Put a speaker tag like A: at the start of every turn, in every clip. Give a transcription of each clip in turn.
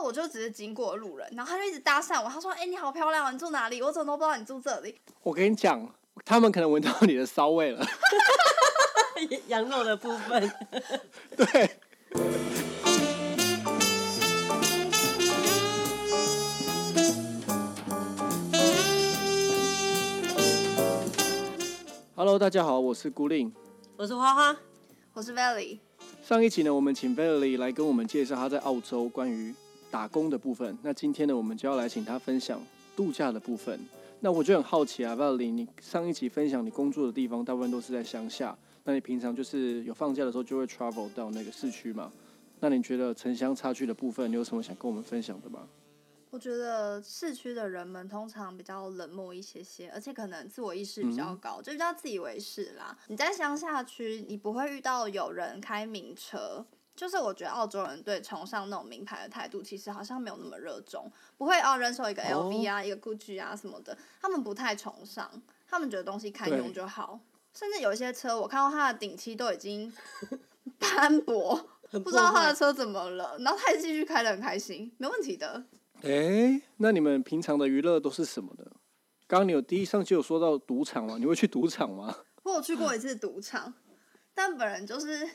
A: 我就只是经过路人，然后他就一直搭讪我，他说：“哎、你好漂亮啊，你住哪里？我怎么都不知道你住这里。
B: 我跟你讲，他们可能闻到你的骚味了。
C: 羊肉的部分。
B: 对，Hello，大家好，我是孤令。
C: 我是花花，”
A: 我是 Valley，
B: 上一集呢，我们请 Valerie 来跟我们介绍她在澳洲关于打工的部分。那今天呢，我们就要来请她分享度假的部分。那我就很好奇啊，Valerie，你上一集分享你工作的地方大部分都是在乡下，那你平常就是有放假的时候就会 travel 到那个市区嘛？那你觉得城乡差距的部分，你有什么想跟我们分享的吗？
A: 我觉得市区的人们通常比较冷漠一些些，而且可能自我意识比较高，就比较自以为是啦。你在乡下区，你不会遇到有人开名车。就是我觉得澳洲人对崇尚那种名牌的态度，其实好像没有那么热衷，不会哦，人手一个
B: 哦
A: LV 啊，一个 GUCCI 啊什么的，他们不太崇尚，他们觉得东西堪
B: 对
A: 用就好。甚至有一些车，我看到它的顶漆都已经 斑驳，
C: 很
A: 不知道
C: 破
A: 他
C: 坏
A: 的车怎么了，然后他还继续开的很开心，没问题的。
B: 诶、那你们平常的娱乐都是什么呢？刚刚你有第一上期有说到赌场嘛？你会去赌场吗？
A: 我有去
C: 嗯
A: 过一次赌场，但本人就是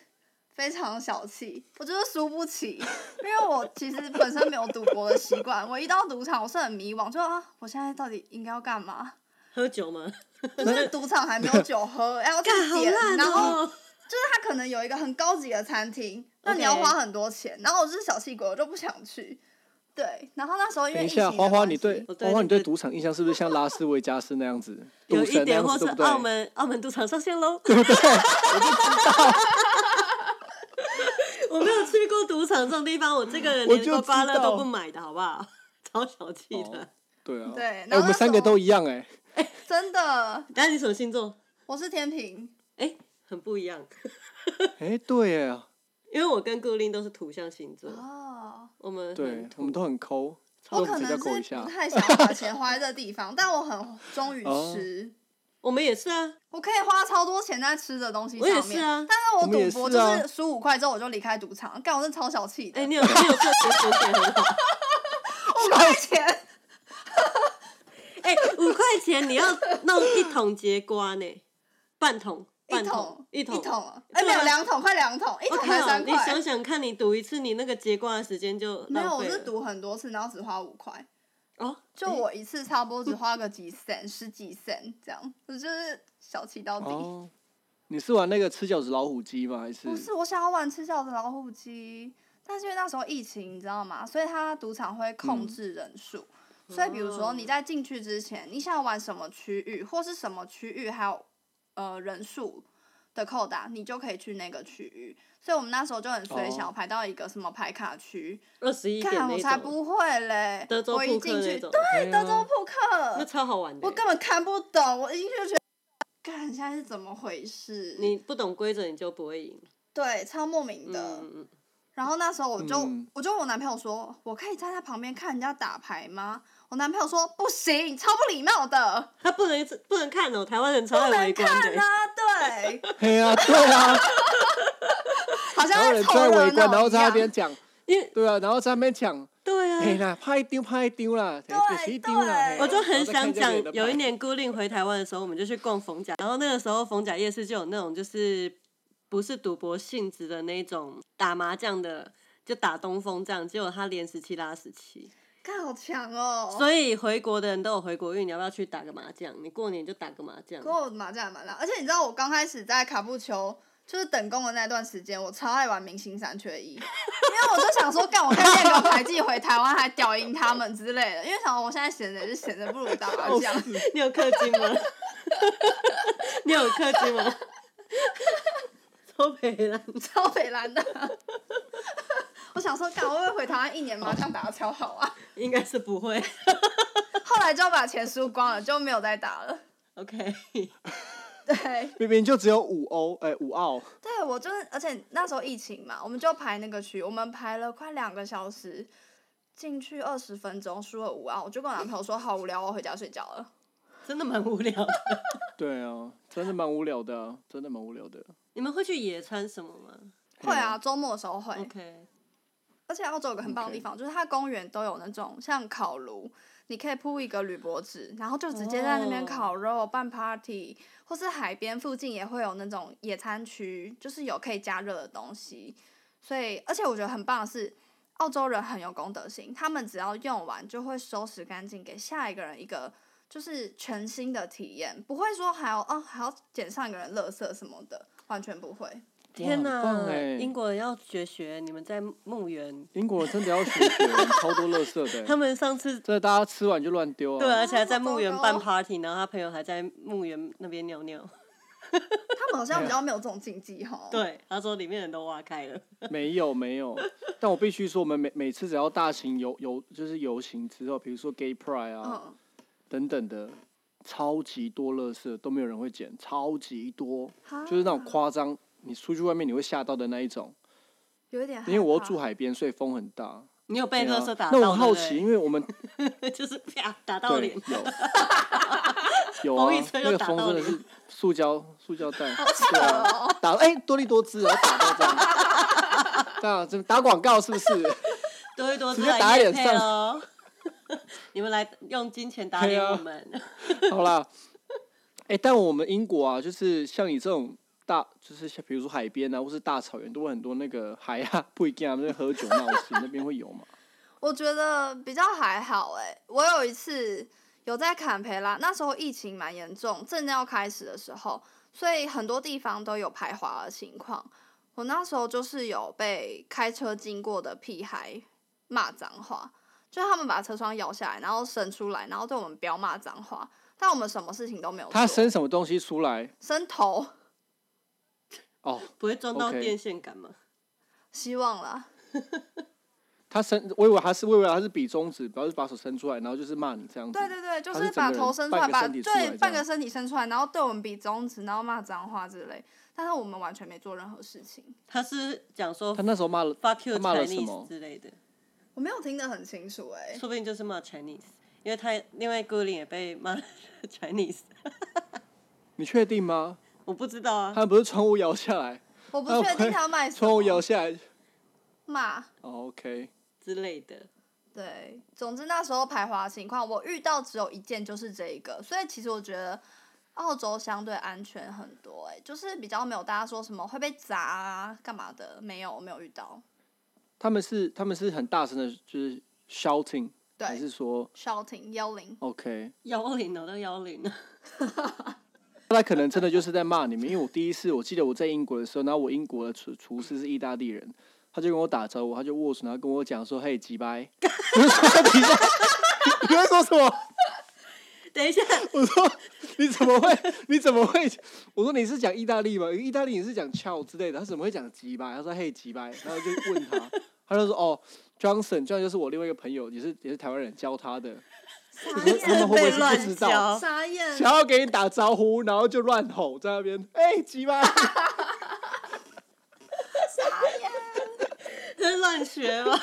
A: 非常小气，我就是输不起，因为我其实本身没有赌博的习惯，我一到赌场我是很迷惘，就啊，我现在到底应该要干嘛？
C: 喝酒吗？
A: 就是赌场还没有酒喝，哎要去
C: 干好
A: 点，
C: 烂
A: 然后
C: 哦！
A: 就是他可能有一个很高级的餐厅，那你要
C: OK
A: 花很多钱，然后我就是小气鬼，我就不想去。对，然后那时候因
B: 等
A: 为
B: 一
A: 疫情
B: 下，
A: 的
B: 花花，
A: 关
B: 你
A: 系
B: 对
C: 我对
B: 花花，你
C: 对
B: 对赌场印象是不是像拉斯维加斯那样子，
C: 有
B: 赌
C: 一
B: 神那
C: 点，
B: 样
C: 或
B: 子，对
C: 是
B: 不对？
C: 澳门澳门赌场上线喽。
B: 对不 对？
C: 我没有去过赌场这种地方，我这个人
B: 我
C: 连
B: 就
C: 刮刮乐
B: 知道
C: 都不买的好不好？ 超小气
B: 哦
C: 的。
B: 对啊，
A: 对
B: 哎
A: 然后
B: 我们
A: 那
B: 三
A: 时
B: 个
A: 候
B: 都一样哎、
A: 真的，
C: 但你什么星座？
A: 我是天平，
C: 哎，很不一样，
B: 哎、对哎，
C: 因为我跟顾令都是土象星座，
A: 哦，
C: 我们
B: 对
C: 很，
B: 我们都很抠，
C: 超
A: 我
B: 我
A: 可
B: 们比
A: 能
B: 较
A: 是
B: 抠一下
A: 不。 太想要把钱花在这地方，但我很忠于
B: 哦
A: 吃，
C: 我们也是啊，
A: 我可以花超多钱在吃的东西上
C: 我
A: 面。
C: 也是啊。
A: 但是我赌博
B: 我
A: 就
B: 们也是
A: 是
B: 啊
A: 输五块之后我就离开赌场，干我是超小气的，
C: 哎，你有你有做节选点很好。
A: 五 块钱，
C: 哎，五块钱你要弄一桶节瓜呢，半桶， 半
A: 一桶
C: 一
A: 桶
C: 桶
A: 一，桶，哎、
C: 对
A: 没
C: 啊
A: 有两桶，快两桶，一
C: 我
A: 桶才
C: 靠！
A: 三
C: 你
A: 块。
C: 想想看，你赌一次，你那个结卦的时间就
A: 没有，
C: 浪
A: 我
C: 费
A: 是
C: 了
A: 赌很多次，然后只花五块，
C: 哦，
A: 就我一次差不多只花个几 cent，十几 cent 这样，我就是小气到底。
B: 哦，你是玩那个吃饺子老虎机吗？还是？
A: 不是，我想要玩吃饺子老虎机，但是因为那时候疫情，你知道吗？所以他赌场会控
B: 嗯
A: 制人数。所以比如说你
C: 哦
A: 在进去之前，你想玩什么区域，或是什么区域，还有呃人数的扣打，你就可以去那个区域。所以我们那时候就很随，
B: 哦
A: 想要排到一个什么牌卡区，
C: 二十一点
A: 看我
C: 那
A: 才
C: 种，
A: 不会嘞！
C: 德州
A: 我一
C: 扑
A: 进
C: 克
A: 去，
C: 那
A: 对
C: 种，，嗯
B: 对
A: 德州
B: 啊，
A: 扑克，
C: 那超好玩的
A: 我
C: 欸。
A: 根本看不懂，我一进去就觉得， 看现在是怎么回事？
C: 欸你不懂规则，你就不会赢。
A: 对，超莫名
C: 嗯
A: 的。
C: 嗯，嗯
A: 然后那时候我就、
B: 嗯
A: 我就问我男朋友说，我可以站在旁边看人家打牌吗？我男朋友说不行，超不礼貌的，
C: 他不能不能看哦，台湾人超
A: 不
C: 爱
A: 能
C: 围观
A: 看
C: 的
A: 啊
C: 欸。，
A: 对，
B: 嘿啊，对啊，
A: 好
B: 然
A: 像
B: 后
A: 在
B: 人
A: 凑
B: 在
A: 热
B: 围观，然
A: 闹
B: 后
A: 一
B: 在那边
A: 样。
B: 讲，
C: 因为
B: 对啊，然后在那边讲，
C: 对
B: 嘿
C: 啊，
B: 啦，怕一丢，怕一丢啦，
A: 对
B: 嘿谁丢啦？
A: 对
B: 嘿
C: 我就很
B: 然后
C: 想
B: 再看下别
C: 讲
B: 人的，牌
C: 有一年孤令回台湾的时候，我们就去逛逢甲，然后那个时候逢甲夜市就有那种就是不是赌博性质的那种打麻将的，就打东风这样，结果他连十七拉十七。
A: 看好强哦！
C: 所以回国的人都有回国运，你要不要去打个麻将？你过年就打个麻将
A: 跟。我麻将也蛮辣，而且你知道我刚开始在卡布丘。就是等工的那段时间，我超爱玩明星三缺一，因为我就想说，干我可以练个牌技回台湾，还屌赢他们之类的。因为想我现在闲着就闲着，不如打麻 将。
C: 你有氪金吗？你有氪 金吗？超赔了，
A: 超北蓝的。我想说，干，我会不会回台湾一年麻将打的超好啊？
C: 应该是不会。
A: 后来就把钱输光了，就没有再打了。
C: OK，
A: 对，
B: 明明就只有五欧，哎，五澳，
A: 对我就是，而且那时候疫情嘛，我们就排那个区，我们排了快两个小时，进去二十分钟，输了五啊万，我就跟我男朋友说，好无聊，我回家睡觉了。
C: 真的蛮无聊的。
B: 对啊，真的蛮无聊的啊，真的蛮无聊的。
C: 你们会去野餐什么吗啊
B: 嘿
A: 会
B: 哎
A: 啊，，周末的时候会。
C: ？OK，
A: 而且澳洲有个很棒的地
B: OK
A: 方就是它公园都有那种像烤炉，你可以铺一个铝箔纸，然后就直接在那边
C: 哦
A: 烤肉、办 party，或是海边附近也会有那种野餐区，就是有可以加热的东西。所以，而且我觉得很棒的是，澳洲人很有公德心，他们只要用完就会收拾干净，给下一个人一个就是全新的体验，不会说还要哦还要捡上一个人垃圾什么的，完全不会。
C: 天
B: 哇很棒
C: 哪
B: 哎！
C: 英国人要绝学，你们在墓园，
B: 英国人真的要学学， 超多垃圾的、
C: 他
B: 欸，
C: 们上次
B: 这大家吃完就乱丢啊。
C: 对，而且还在墓园办
A: 糟糕
C: party，然后他朋友还在墓园那边尿尿。
A: 他们好像比较没有这种禁忌哈。
C: 啊对，他说里面人都挖开了。
B: 没有没有，但我必须说，我们每每次只要大型游游就是游行之后，比如说 Gay Pride 啊、
C: 哦
A: 嗯，
B: 等等的，超级多垃圾都没有人会捡，超级多，
C: 啊
B: 就是那种夸张，你出去外面你会吓到的那一种。
A: 有一点害怕，
B: 因为我又住海边，所以风很大。
C: 你有啊被
B: 对啊
C: 垃圾打到？
B: 那我很好
C: 对不
B: 奇，
C: 对
B: 因为我们
C: 就是啪打到
B: 对
C: 脸，
B: 有 有啊
C: 风一，吹
B: 那
C: 就
B: 个
C: 打
B: 风
C: 到
B: 真的
C: 脸
B: 是塑胶塑胶袋，对啊，
A: 哦
B: 打哎多利多姿啊，打到这样， 对啊，这打广告是不是？
C: 多一多
B: 直
C: 自
B: 接打
C: 来
B: 在
C: 也
B: 脸
C: 配
B: 上
C: 哦。 你们来用金钱打
B: 对
C: 脸
B: 啊
C: 我 们，
B: 好啦，哎、但我们英国啊，就是像你这种大，就是像比如说海边啊，或是大草原，都会很多那个海啊，不一定啊，那边喝酒闹事，那边会有嘛？
A: 我觉得比较还好哎、我有一次有在坎培拉，那时候疫情蛮严重，正要开始的时候，所以很多地方都有排华的情况。我那时候就是有被开车经过的屁孩骂脏话，就他们把车窗摇下来，然后伸出来，然后对我们飙骂脏话，但我们什么事情都没有做。
B: 他生什么东西出来？
A: 伸头，
B: 哦，
C: 不会撞到
B: OK
C: 电线杆吗？
A: 希望啦。
B: 他伸，我以为他是，我以为他是比中指，不要是把手伸出来，然后就是骂你这样子。
A: 对对对，就
B: 他是
A: 是
B: 整
A: 把
B: 个
A: 头
B: 人
A: 伸出
B: 半
A: 来，
B: 个
A: 把
B: 身体出来
A: 对
B: 这
A: 半
B: 样
A: 个身体伸出来，然后对我们比中指，然后骂脏话之类。但是我们完全没做任何事情，
C: 他是讲说
B: 他那时候骂了，
C: fuck you
B: 他骂了什
C: Chinese
B: 么
C: 之类的，
A: 我没有听得很清楚哎、
C: 说不定就是骂 Chinese，因为他因为 g o l i n 也被骂 Chinese，
B: 你确定吗？
C: 我不知道啊。
B: 他不是窗户摇下来，
A: 我不
B: 他
A: 确
B: 会
A: 定他 卖什
B: 窗户摇
A: 么
B: 下来。
A: 骂。
B: 哦，OK，
C: 之类的。
A: 对，总之那时候排华的情况，我遇到只有一件，就是这一个。所以其实我觉得澳洲相对安全很多、欸，哎，就是比较没有大家说什么会被砸啊、干嘛的，没有，没有遇到。
B: 他们是他们是很大声的，就是 shouting，还
A: 对
B: 是说
A: ，shouting 幽灵，
B: OK？
C: 幺零哦，到幺零了，
B: 他可能真的就是在骂你们，因为我第一次我记得我在英国的时候，然后我英国的厨厨师是意大利人，他就跟我打招呼，他就握手，然后跟我讲说：“嘿，鸡掰。” 我就说：“等一下，你在说什么
C: 等一下，？”
B: 我说：“ 你怎么会？你怎么会？”我说：“你是讲意大利吗？意大利你是讲翘之类的，他怎么会讲鸡掰？”他说：“嘿，鸡掰。”然后就问他， 他就说：“哦，Johnson，Johnson 就是我另外一个朋友，也是也是台湾人教他 的，
A: 傻
B: 你说他
A: 眼，
B: 们会不会
C: 被
B: 是
C: 乱
B: 不知道？”
C: 教，
A: 傻 眼，
B: 想要给你打招呼，然后就乱吼在那边，哎、鸡巴！
A: 傻眼。
C: 这是乱 学吗？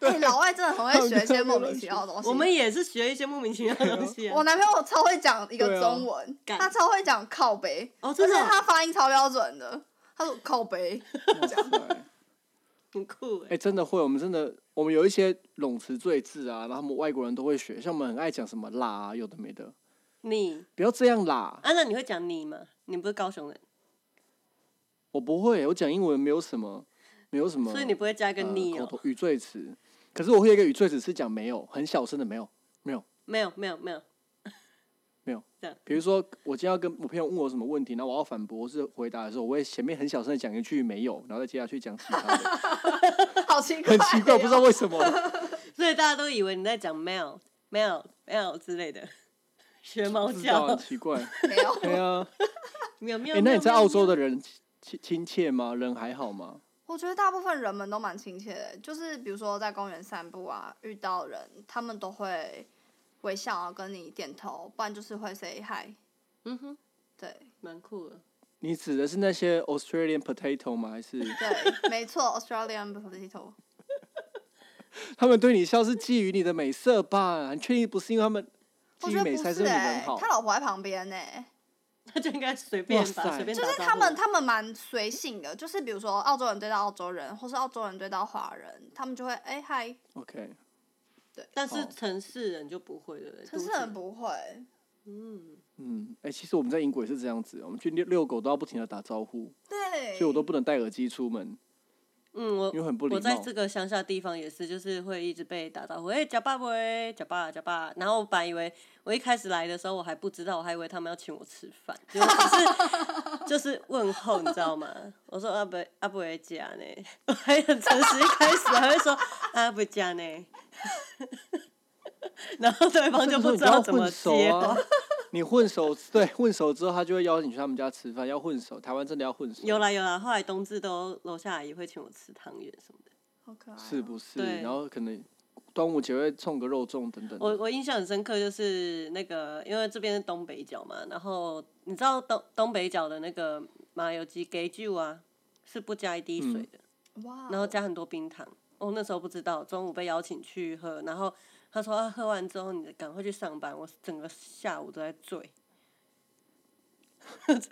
A: 哎、老外真的很会学一些莫名其妙的东西。
C: 我们也是学一些莫名其妙的东西
A: 我
C: 啊。
A: 男朋友超会讲一
B: 对啊
A: 个中文，
C: 干
A: 他超会讲靠北，
C: 哦真的哦
A: 而且他发音超标准的。他说靠北，
C: 很酷
B: 哎、
C: 哎，
B: 真的会，我们真的，我们有一些冗词赘字啊，然后我们外国人都会学，像我们很爱讲什么啦、有的没的，
C: 你
B: 不要这样啦，
C: 啊，那你会讲你吗？你不是高雄人，
B: 我不会，我讲英文没有什么，没有什么，
C: 所以你不会加一
B: 那
C: 个你
B: 呃口
C: 哦？
B: 头语缀词，可是我会有一个语缀词是讲没有，很小声的没有，没有。
C: 没有，没有，没有。
B: 比如说，我今天要跟我朋友问我什么问题，然后我要反驳是回答的时候，我会前面很小声的讲一句没有，然后再接下去讲其他的，
A: 好奇怪、哦
B: 很奇怪，不知道。为 什么。
C: 所以大家都以为你在讲 mel mel mel 之类的，学猫
B: 不知道，
C: 叫
B: 很。奇怪。
A: 没有，
B: 对啊，
C: 没有没
B: 哎、
C: 有。
B: 那你在澳洲
C: 的？
B: 的人亲亲切吗？人还好吗？
A: 我觉得大部分人们都蛮亲切的，就是比如说在公园散步啊，遇到人他们都会微笑啊，跟你点头，不然就是会 say hi。
C: 嗯哼，
A: 对
C: 蛮酷的。
B: 你指的是那些 Australian potato 吗？还 是
A: 对，没错，Australian potato。
B: 他们对你笑是基于你的美色吧？你确定不是因为他们
A: 我
B: 基
A: 觉
B: 于
A: 得不
B: 美色还
A: 是
B: 是
C: 欸
B: 因为你人
A: 哎、
B: 好？
A: 他老婆在旁边呢、
C: 他就应该随便
B: 哇
C: 吧，
B: 塞
C: 随便
A: 就
C: 打招
A: 是
C: 呼。
A: 他们他们蛮随性的，就是比如说澳洲人对到澳洲人，或是澳洲人对到华人，他们就会哎嗨，
B: OK，
C: 但是
B: 哦
C: 城市人就不会，对不对？
A: 可是
C: 都市
A: 很不会。
C: 嗯，
B: 嗯，哎、其实我们在英国也是这样子，我们去遛遛狗都要不停的打招呼，
A: 对，
B: 所以我都不能戴耳机出门，
C: 嗯，我
B: 因为很不礼
C: 我
B: 貌。
C: 在这个乡下地方也是，就是会一直被打招呼，哎、假爸喂，假爸假爸。然后我本来以为我一开始来的时候我还不知道，我还以为他们要请我吃饭，就只是就是 问候，你知道吗？我说阿不阿不会假呢，我还很诚实，一开始还会说阿不假呢， 然后对方就不知道怎么接话。
B: 啊。你混熟，对，混熟之后他就会邀请你去他们家吃饭，要混熟。台湾真的要混熟，
C: 有啦有啦，后来冬至都楼下阿姨会请我吃汤圆什么的。
A: 好可爱哦、
B: 是不是？
C: 对
B: 然后可能端午节会送个肉粽等等的。
C: 我我印象很深刻，就是那个因为这边是东北角嘛，然后你知道东东北角的那个麻油鸡给酒啊，是不加一滴水的，
B: 嗯
A: 哇哦，
C: 然后加很多冰糖。我、那时候不知道，中午被邀请去喝，然后他说他喝完之后你赶快去上班，我整个下午都在醉。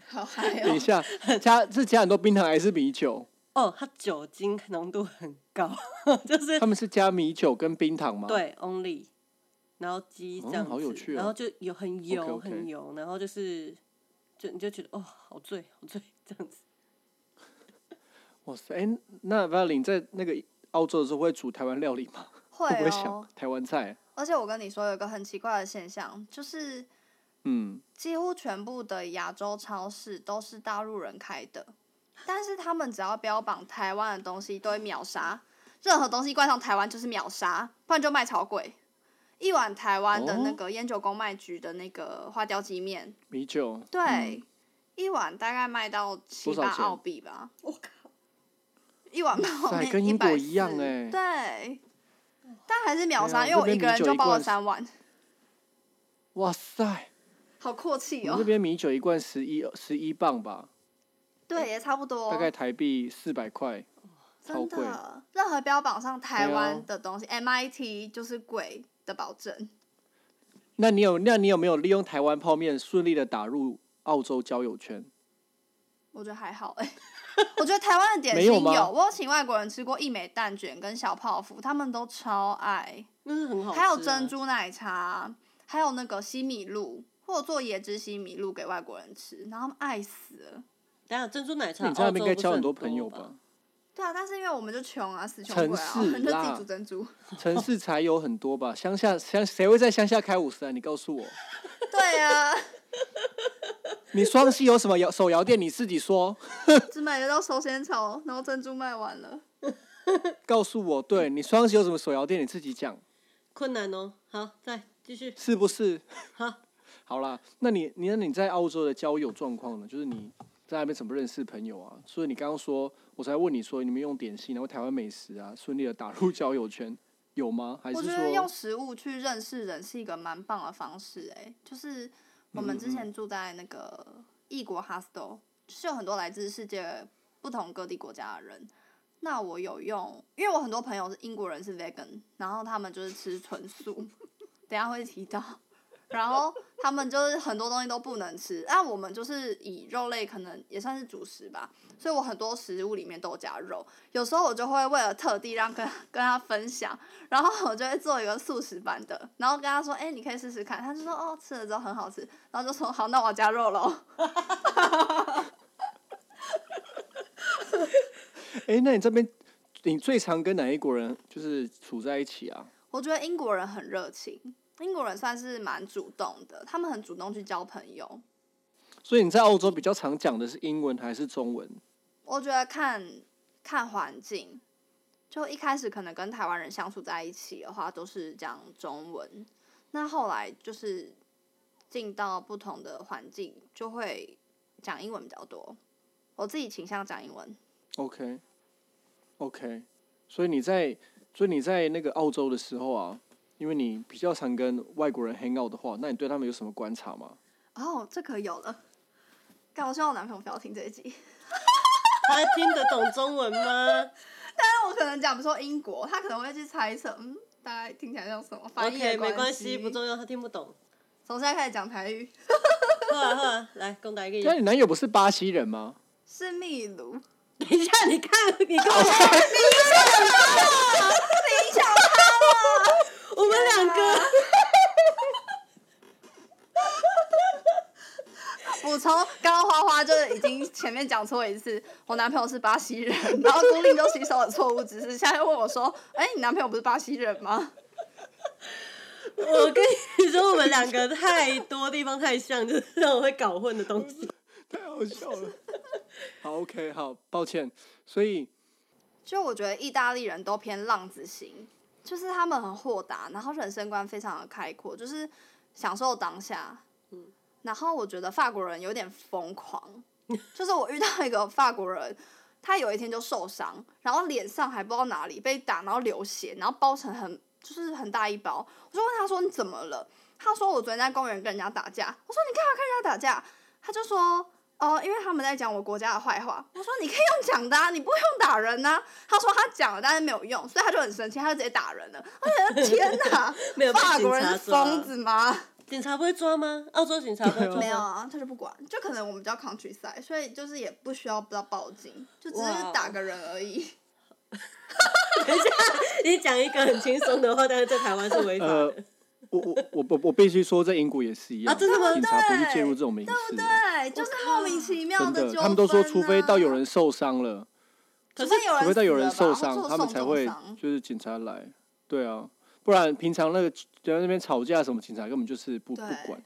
A: 好嗨
B: 等
A: 哦，
B: 一 下，加是加很多冰糖还是米酒？
C: 哦，他酒精浓度很高， 就是
B: 他们是加米酒跟冰糖吗？，
C: 对，only，然后鸡这
B: 哦
C: 样子，
B: 好有趣
C: 然
B: 哦
C: 后就有很油
B: OK，OK
C: 很油，然后就是就你就觉得哦，好醉好醉 这样子。
B: 哇塞！哎、那 Valin 在那个澳洲的时候会煮台湾料理吗？
A: 会
B: 会不会想
A: 哦。
B: 台湾菜？
A: 而且我跟你说，有一个很奇怪的现象，就是
B: 嗯，
A: 几乎全部的亚洲超市都是大陆人开的，但是他们只要标榜台湾的东西，都会秒杀。任何东西冠上台湾就是秒杀，不然就卖超贵。一碗台湾的那
B: 哦
A: 个烟酒公卖局的那个花雕鸡面，
B: 米酒。
A: 对，
B: 嗯
A: 一碗大概卖到七
B: 多少
A: 八
B: 钱
A: 澳币吧。我靠！一碗泡
B: 塞
A: 面
B: 跟英国
A: 140
B: 一样欸
A: 对，但还是秒杀，
B: 对啊
A: 因为我
B: 这边
A: 一个人
B: 米酒
A: 就
B: 一
A: 包了
B: 罐
A: 三碗，
B: 哇塞！
A: 好阔气
B: 我们
A: 哦
B: 这。边米酒一罐十一十一磅吧，
A: 对，也差不多。
B: 大概台币四百块。超
A: 真
B: 贵
A: 的，任何标榜上台
B: 对啊
A: 湾的东西、m i t 就是贵的保证。
B: 那你有那你有没有利用台湾泡面顺利的打入澳洲交友圈？
A: 我觉得还好 哎、我觉得台湾的点
B: 没
A: 心有，
B: 有吗
A: 我有请外国人吃过一美蛋卷跟小泡芙，他们都超爱，
C: 那是很好吃、啊
A: 还有
B: 啊
A: 珍，珠奶茶，还有那个西米露，或者做椰汁西米露给外国人吃，然后他们爱死了。
C: 等一下珍珠奶茶，
B: 那你在那边
C: 澳
B: 应该
C: 洲不是
B: 交很
C: 很
B: 多
C: 多
B: 朋友
C: 吧
B: 吧？？
A: 对啊，但是因为我们就穷啊，死穷
B: 城
A: 鬼啊，
B: 市
A: 就自
B: 啦
A: 己煮珍珠。
B: 城市才有很多吧，乡下乡谁会在乡下开五十啊？你告 诉我，
A: 对啊，
B: 你双溪有什么摇手摇店？你自己说，
A: 只买得到手仙草，然后珍珠卖完了。
B: 告诉我，对你双溪有什么手摇店？你自己讲，
C: 困难哦，好，再继续。
B: 是不是？
C: 好，
B: 好啦，那你你那你在澳洲的交友状况呢？就是你在那边怎么认识朋友啊？所以你刚刚说，我才问你说你们用点心，然后台湾美食啊，顺利的打入交友圈， 有吗？还是
A: 我觉得用
B: 说，
A: 食物去认识人是一个蛮棒的方式、欸，就是我
B: 嗯
A: 们之前住在那个异国 hostel，就是有很多来自世界不同各地国家的人。那我有用，因为我很多朋友是英国人是 vegan，然后他们就是吃纯素， 等一下会提到。然后他们就是很多东西都不能吃，但我们就是以肉类可能也算是主食吧，所以我很多食物里面都有加肉。有时候我就会为了特地让跟跟他分享，然后我就会做一个素食版的，然后跟他说：“哎、你可以试试看。”他就说：“哦，吃了之后很好吃。”然后就说：“好，那我要加肉喽。
B: 哎、那你这边你最常跟哪一国人就是处在一起啊？”
A: 我觉得英国人很热情，英国人算是蛮主动的，他们很主动去交朋友。
B: 所以你在澳洲比较常讲的是英文还是中文？
A: 我觉得看看环境，就一开始可能跟台湾人相处在一起的话，都是讲中文。那后来就是进到不同的环境，就会讲英文比较多。我自己倾向讲英文。
B: OK，OK，、所以你在，所以你在那个澳洲的时候啊，因为你比较常跟外国人 hang out 的话，那你对他们有什么观察吗？
A: 哦，这可有了。但我希望我男朋友不要听这一集。
C: 他听得懂中文吗
A: 但我可能讲不说英国，他可能会去猜测，嗯，大概 听起来像什么翻译
C: ？OK，
A: 的
C: 没关
A: 系，
C: 系，不重要，他听不懂。
A: 从现在开始讲台语。
C: 好了好了，啊来，公打一个
B: 那。你男友不是巴西人吗？
A: 是秘鲁。
C: 等一下，你看，你跟
A: 你
C: 我，
A: 想他了？
C: 我们两个，
A: 补充，刚刚花花就已经前面讲错一次，我男朋友是巴西人，然后孤令就吸收了错误知识，现在又问我说：“哎、你男朋友不是巴西人吗
C: 我跟你说，我们两个太多地方太像，就是让我会搞混的东 西。，
B: 太好笑了。 好，OK，好，抱歉。所以，？”
A: 就我觉得意大利人都偏浪子型，就是他们很豁达，然后人生观非常的开阔，就是享受当下。然后我觉得法国人有点疯狂， 就是我遇到一个法国人，他有一天就受伤，然后脸上还不知道哪里被打，然后流血，然后包成很就是很大一包。我就问他说你怎么了？他说我昨天在公园跟人家打架。我说你干嘛跟人家打架？他就说哦，因为他们在讲我国家的坏话。我说你可以用讲的、啊，你不用打人呐、 他说他讲了，但是没有用，所以他就很生气，他就直接打人了。我觉得天哪
C: 没有被
A: 法国人
C: 警察
A: 是
C: 抓
A: 疯子吗？
C: 警察不会抓吗？澳洲警察不会抓吗？
A: 没有啊，他就不管，就可能我们叫 countryside，所以就是也不需要到报警，就只是
C: 哇哦
A: 打个人而已。
C: 等一下，你讲一个很轻松的话，但是在台湾是违法
B: 呃
C: 的。，
B: 我我我我我必须说，在英国也是一样，
C: 啊真的吗
B: 警察不是介入这种民事 的，
A: 对，就是莫名其妙
B: 真的，
A: 纠纷、啊。
B: 他们都说，除非到有人，受伤了，
A: 除非有人，
B: 除非到有人受伤，
A: 或者
B: 他们
A: 送
B: 才
A: 重
B: 会
A: 伤
B: 就是警察来。对啊，不然平常那个在那边吵架什么，警察根本就是不不
A: 对
B: 管。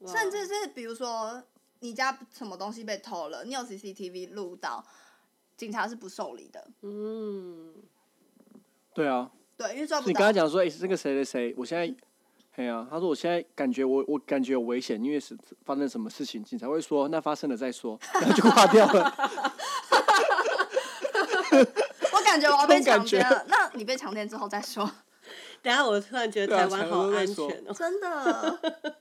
C: 哇
A: 甚至是比如说你家什么东西被偷了，你有 CCTV 录到，警察是不受理的，
C: 嗯，
B: 对啊，
A: 对，因为抓不
B: 你跟他
A: 到。
B: 讲说，哎、这个谁谁谁，我现在，哎呀、他说我现在感觉我我感觉有危险，因为是发生什么事情，警察会说那发生了再说，然后就挂掉了。
A: 我感觉我要被
B: 这种
A: 强
B: 感觉
A: 奸了，那你被强奸之后再说，
C: 等一下我突然觉得
B: 对啊
C: 台湾好安
B: 台湾都在
C: 全哦。
A: 真的。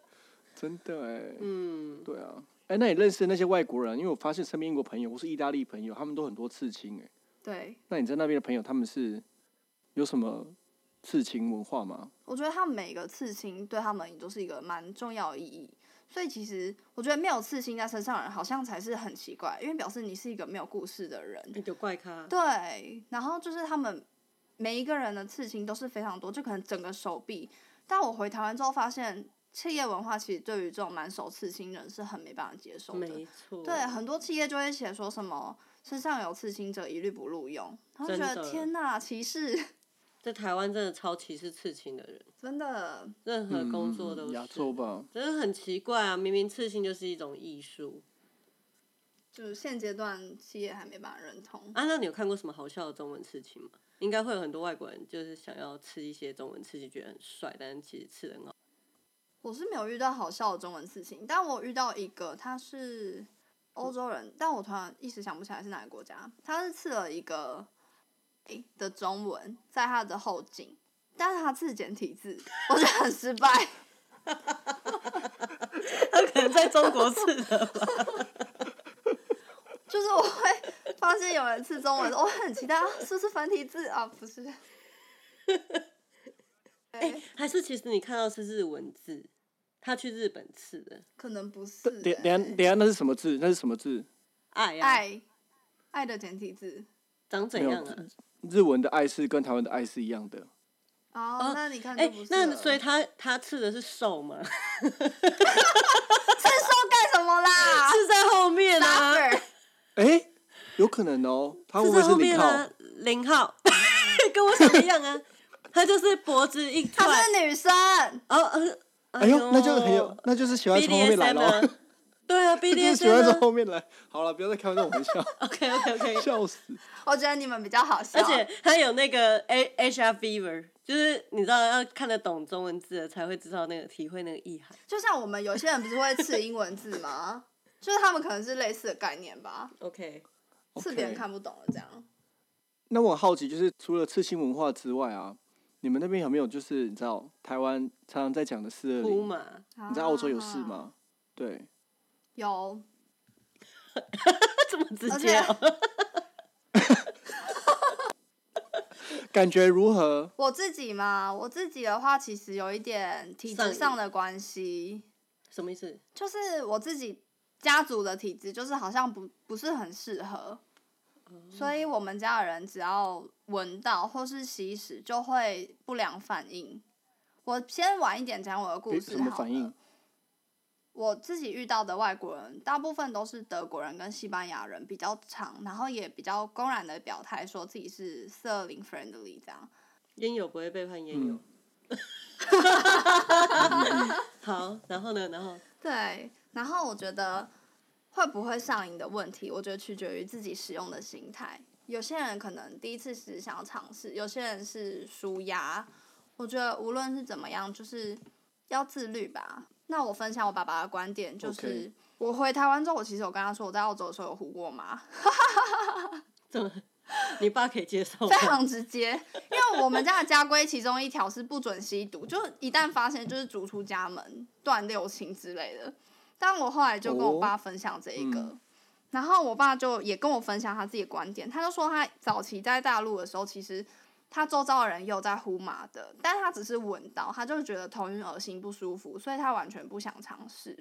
B: 真的哎、
C: 嗯，
B: 对啊，哎、那你认识那些外国人？因为我发现身边英国朋友或是意大利朋友，他们都很多刺青哎、
A: 对，
B: 那你在那边的朋友，他们是有什么刺青文化吗？
A: 我觉得他们每个刺青对他们都是一个蛮重要的意义。所以其实我觉得没有刺青在身上的人好像才是很奇怪，因为表示你是一个没有故事的人。
C: 有怪咖。
A: 对，然后就是他们每一个人的刺青都是非常多，就可能整个手臂。但我回台湾之后发现，企业文化其实对于这种满手刺青人是很没办法接受的。
C: 没错，
A: 对，很多企业就会写说什么身上有刺青者一律不录用，然后就觉
C: 真的
A: 得天呐，歧视，
C: 在台湾真的超歧视刺青的人，
A: 真的。
C: 任何工作
B: 嗯
C: 都是，
B: 亚洲吧，
C: 真的很奇怪啊！明明刺青就是一种艺术
A: 就是现阶段企业还没办法认同。
C: 啊。那你有看过什么好笑的中文刺青吗？应该会有很多外国人就是想要刺一些中文刺青，觉得很帅，但是其实刺得 很好。
A: 我是没有遇到好笑的中文事情，但我遇到一个，他是欧洲人，但我突然一时想不起来是哪个国家。他是刺了一个诶、的中文在他的后颈，但是他刺简体字，我觉得很失败。
C: 他可能在中国刺的吧？
A: 就是我会发现有人刺中文，我会很期待啊，是不是繁体字啊？不是。 哎、
C: 还是其实你看到是日文字，他去日本刺的
A: 可能不是、
B: 等等下
A: 欸。
B: 等下那是什么字？那是什么字？
C: 爱啊，
A: 爱，爱的简体字。
C: 长怎
B: 没有
C: 样啊？
B: 日文的爱是跟台湾的爱是一样的，
A: 哦
B: 嗯
C: 哦，
A: 那你看
C: 哎、
A: 就不是了、
C: 那所以他他刺的是手 吗？
A: 这是说干什么啦？
C: 刺在后面啊，
A: Lover
B: 哎、有可能哦，他会
C: 刺
B: 不会
C: 在
B: 是
C: 后
B: 零
C: 面
B: 号？
C: 啊，零号， 跟我想的一样啊。他就是脖子一
A: 她
C: 转
A: 是，女生，
C: 哦，呃
B: 哎呦，那就很有，那就是喜欢从后面来
C: BDSM
B: 喽，
C: 啊，对啊
B: 那就是喜欢从
C: ，BDSM 啊
B: 后面来。好了，不要再开这种玩笑，
C: ，OK OK OK，
B: 笑死！
A: 我觉得你们比较好笑。
C: 而且他有那个 A H R fever，就是你知道要看得懂中文字的才会知道那个体会那个意涵。
A: 就像我们有些人不是会刺英文字吗？ 就是他们可能是类似的概念吧，
C: OK，
A: 刺别人
B: OK
A: 看不懂了这样。
B: 那我很好奇，就是除了刺青文化之外啊，你们那边有没有就是你知道台湾常常在讲的四二
C: 呼
B: 零？
C: 嘛，
B: 你在澳洲有
A: 啊
B: 事？吗？对，
A: 有，
C: 他这么直接啊、
B: 感觉如何？
A: 我自己嘛，我自己的话其实有一点体
C: 上瘾
A: 质上的关系，
C: 什么意思？
A: 就是我自己家族的体质，就是好像不不是很适合，所以我们家的人只要闻到或是吸食，就会不良反应。我先晚一点讲我的故
B: 诶
A: 事
B: 什么
A: 好
B: 反应
A: 了。我自己遇到的外国人，大部分都是德国人跟西班牙人比较长，然后也比较公然的表态说自己是色灵 friendly 这样。
C: 烟友不会背叛烟友。
B: 嗯
C: 好，然后呢？然后
A: 对，然后我觉得会不会上瘾的问题，我觉得取决于自己使用的心态。有些人可能第一次只是想要尝试，有些人是舒压。我觉得无论是怎么样，就是要自律吧。那我分享我爸爸的观点，就是
B: OK
A: 我回台湾之后，我其实有跟他说我在澳洲的时候有呼过麻，
C: 怎么？你爸可以接受吗
A: 非？常直接，因为我们家的家规其中一条是不准吸毒，就是一旦发现就是逐出家门、断六亲之类的。但我后来就跟我爸分享这一个，
B: 哦嗯
A: 然后我爸就也跟我分享他自己的观点，他就说他早期在大陆的时候，其实他周遭的人也有在呼麻的，但他只是闻到，他就觉得头晕、恶心、不舒服，所以他完全不想尝试。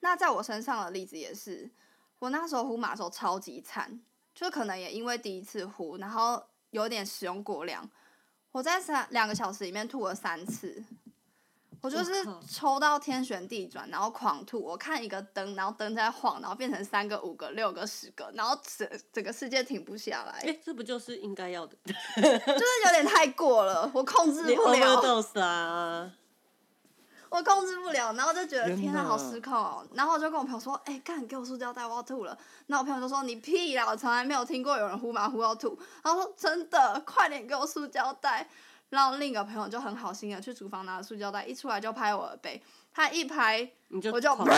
A: 那在我身上的例子也是，我那时候呼麻的时候超级惨，就可能也因为第一次呼，然后有点使用过量，我在三两个小时里面吐了三次，我就
C: 我
A: 是
C: 靠
A: 抽到天旋地转，然后狂吐。我看一个灯，然后灯在晃，然后变成三个、五个、六个、十个，然后整整个世界停不下 来，
C: 哎、这不就是应该要的？
A: 就是有点太过了，我控制
C: 你
A: 不了，
C: overdose 啊！
A: 我控制不了，然后就觉得
B: 天
A: 天哪，
B: 哪
A: 好失控哦。然后我就跟我朋友说，哎、干，你给我塑胶袋，我要吐了。然后我朋友就说，你屁啦，我从来没有听过有人呼麻呼到吐。然后说真的，快点给我塑胶袋。然后另一个朋友就很好心的去厨房拿了塑胶袋，一出来就拍我的背，他一拍
C: 你就
A: 我就
C: 狂、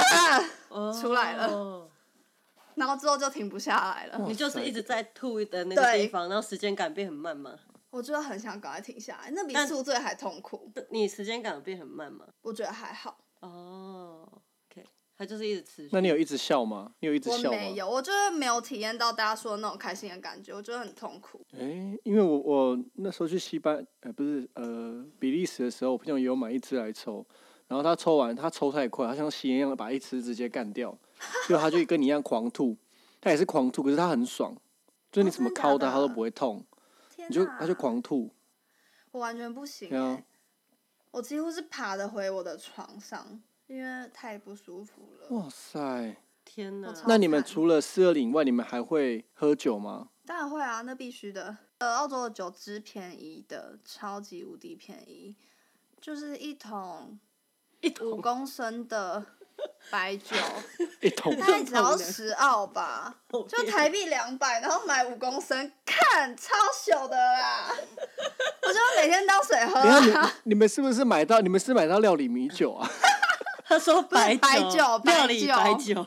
C: 哦
A: 出来
C: 了，
A: 然后之后就停不下来了。
B: 哇
C: 你就是一直在吐的那
A: 对
C: 个地方，然后时间感变很慢嘛？
A: 我觉得很想赶快停下来，那比
C: 但
A: 宿醉还痛苦。
C: 你时间感有变很慢嘛？
A: 我觉得还好，
C: 哦，OK，他就是一直持续
B: 那。你有一直笑吗？你有一直
A: 我
B: 笑吗？
A: 没有，我就是没有体验到大家说的那种开心的感觉，我觉得很痛苦。
B: 哎、因为我我那时候去西班，呃，不是呃比利时的时候，我朋友也有买一支来抽，然后他抽完，他抽太快，他像吸烟一样把一支直接干掉，就他就跟你一样狂吐，他也是狂吐，可是他很爽，就是你
A: 哦
B: 怎么
A: 真的假
B: 敲他他都
A: 的啊
B: 不会痛，
A: 天
B: 你就
A: 哪！
B: 他就，狂吐，
A: 我完全不行、
B: 对啊
A: 欸，我几乎是爬得回我的床上，因为太不舒服了。
B: 哇塞！
A: 哦
C: 天哪
A: 我！超
B: 那你们
A: 惨
B: 除了四二零以外，你们还会喝酒吗？
A: 当然会啊，那必须的。呃，澳洲的酒之便宜的，超级无敌便宜，就是一桶
C: 一
A: 五
C: 桶
A: 公升的白 酒。
B: 一桶
A: 大概只要十澳吧，就台币两百，然后买五公升，看超糗的啦！ 我就每天当水喝、
B: 等一
A: 啊。
B: 下你你们是不是买到你们是买到料理米酒啊？
C: 他说白
A: 不是
C: 酒，
A: 白酒
C: 料理
A: 白
C: 白
A: 酒嗯
C: 酒，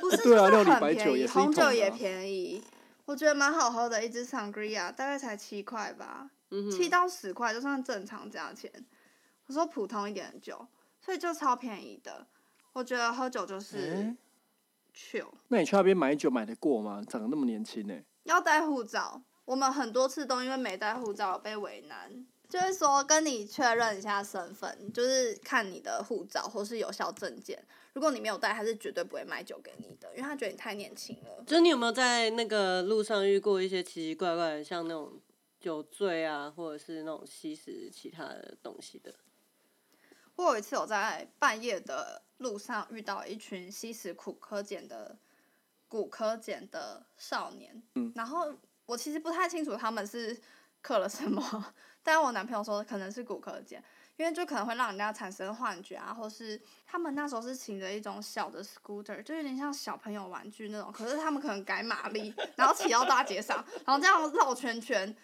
A: 不是，
B: 对
A: 就是
B: 啊料理
A: 很
B: 白酒
A: 便宜，
B: 也是一桶
A: 红
B: 的啊
A: 酒也便宜，我觉得蛮好喝的。一支 Sangria 大概才七块吧，
C: 嗯
A: 七
C: 哼，
A: 到十块就算正常价钱。我说普通一点的酒，所以就超便宜的。我觉得喝酒就是
B: 诶
A: chill，、
B: 那你去那边买酒买得过吗？长得那么年轻呢、
A: 要带护照，我们很多次都因为没带护照被为难，就是说跟你确认一下身份，就是看你的护照或是有效证件。如果你没有带，他是绝对不会买酒给你的，因为他觉得你太年轻了。
C: 就是你有没有在那个路上遇过一些奇奇怪怪的，像那种酒醉啊，或者是那种吸食其他的东西的？
A: 我有一次有在半夜的路上遇到一群吸食苦科碱的骨科碱的少年，然后我其实不太清楚他们是嗑了什么， 但我男朋友说可能是骨科碱，因为就可能会让人家产生幻觉啊，或是他们那时候是骑着一种小的 scooter，就有点像小朋友玩具那种，可是他们可能改马力，然后骑到大街上，然后这样绕圈圈，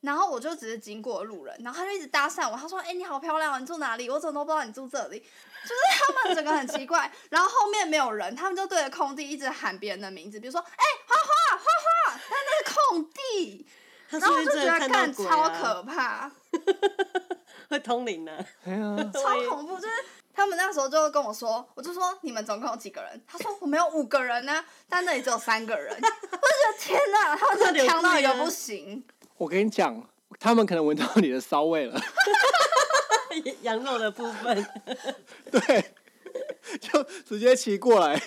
A: 然后我就只是经过路人，然后他就一直搭讪我，他说：“哎、你好漂亮，你住哪里？我怎么都不知道你住这里。”就是他们整个很奇怪，然后后面没有人，他们就对着空地一直喊别人的名字，比如说：“哎、花花花花。”但那是空地，
C: 他是
A: 然
C: 不
A: 后我
C: 是
A: 就觉
C: 真的
A: 得
C: 看
A: 干
C: 到鬼
A: 超
C: 啊？
A: 可怕，
C: 会通灵啊的、
B: 哎呀，
A: 超恐怖，就是。他们那时候就跟我说，我就说你们总共有几个人？他说我们有五个人呢、但那里只有三个人。我就 觉得天哪，他们真的强到一个
C: 啊
A: 不行。
B: 我跟你讲，他们可能闻到你的骚味了。
C: 羊肉的部分，
B: 对，就直接骑过来。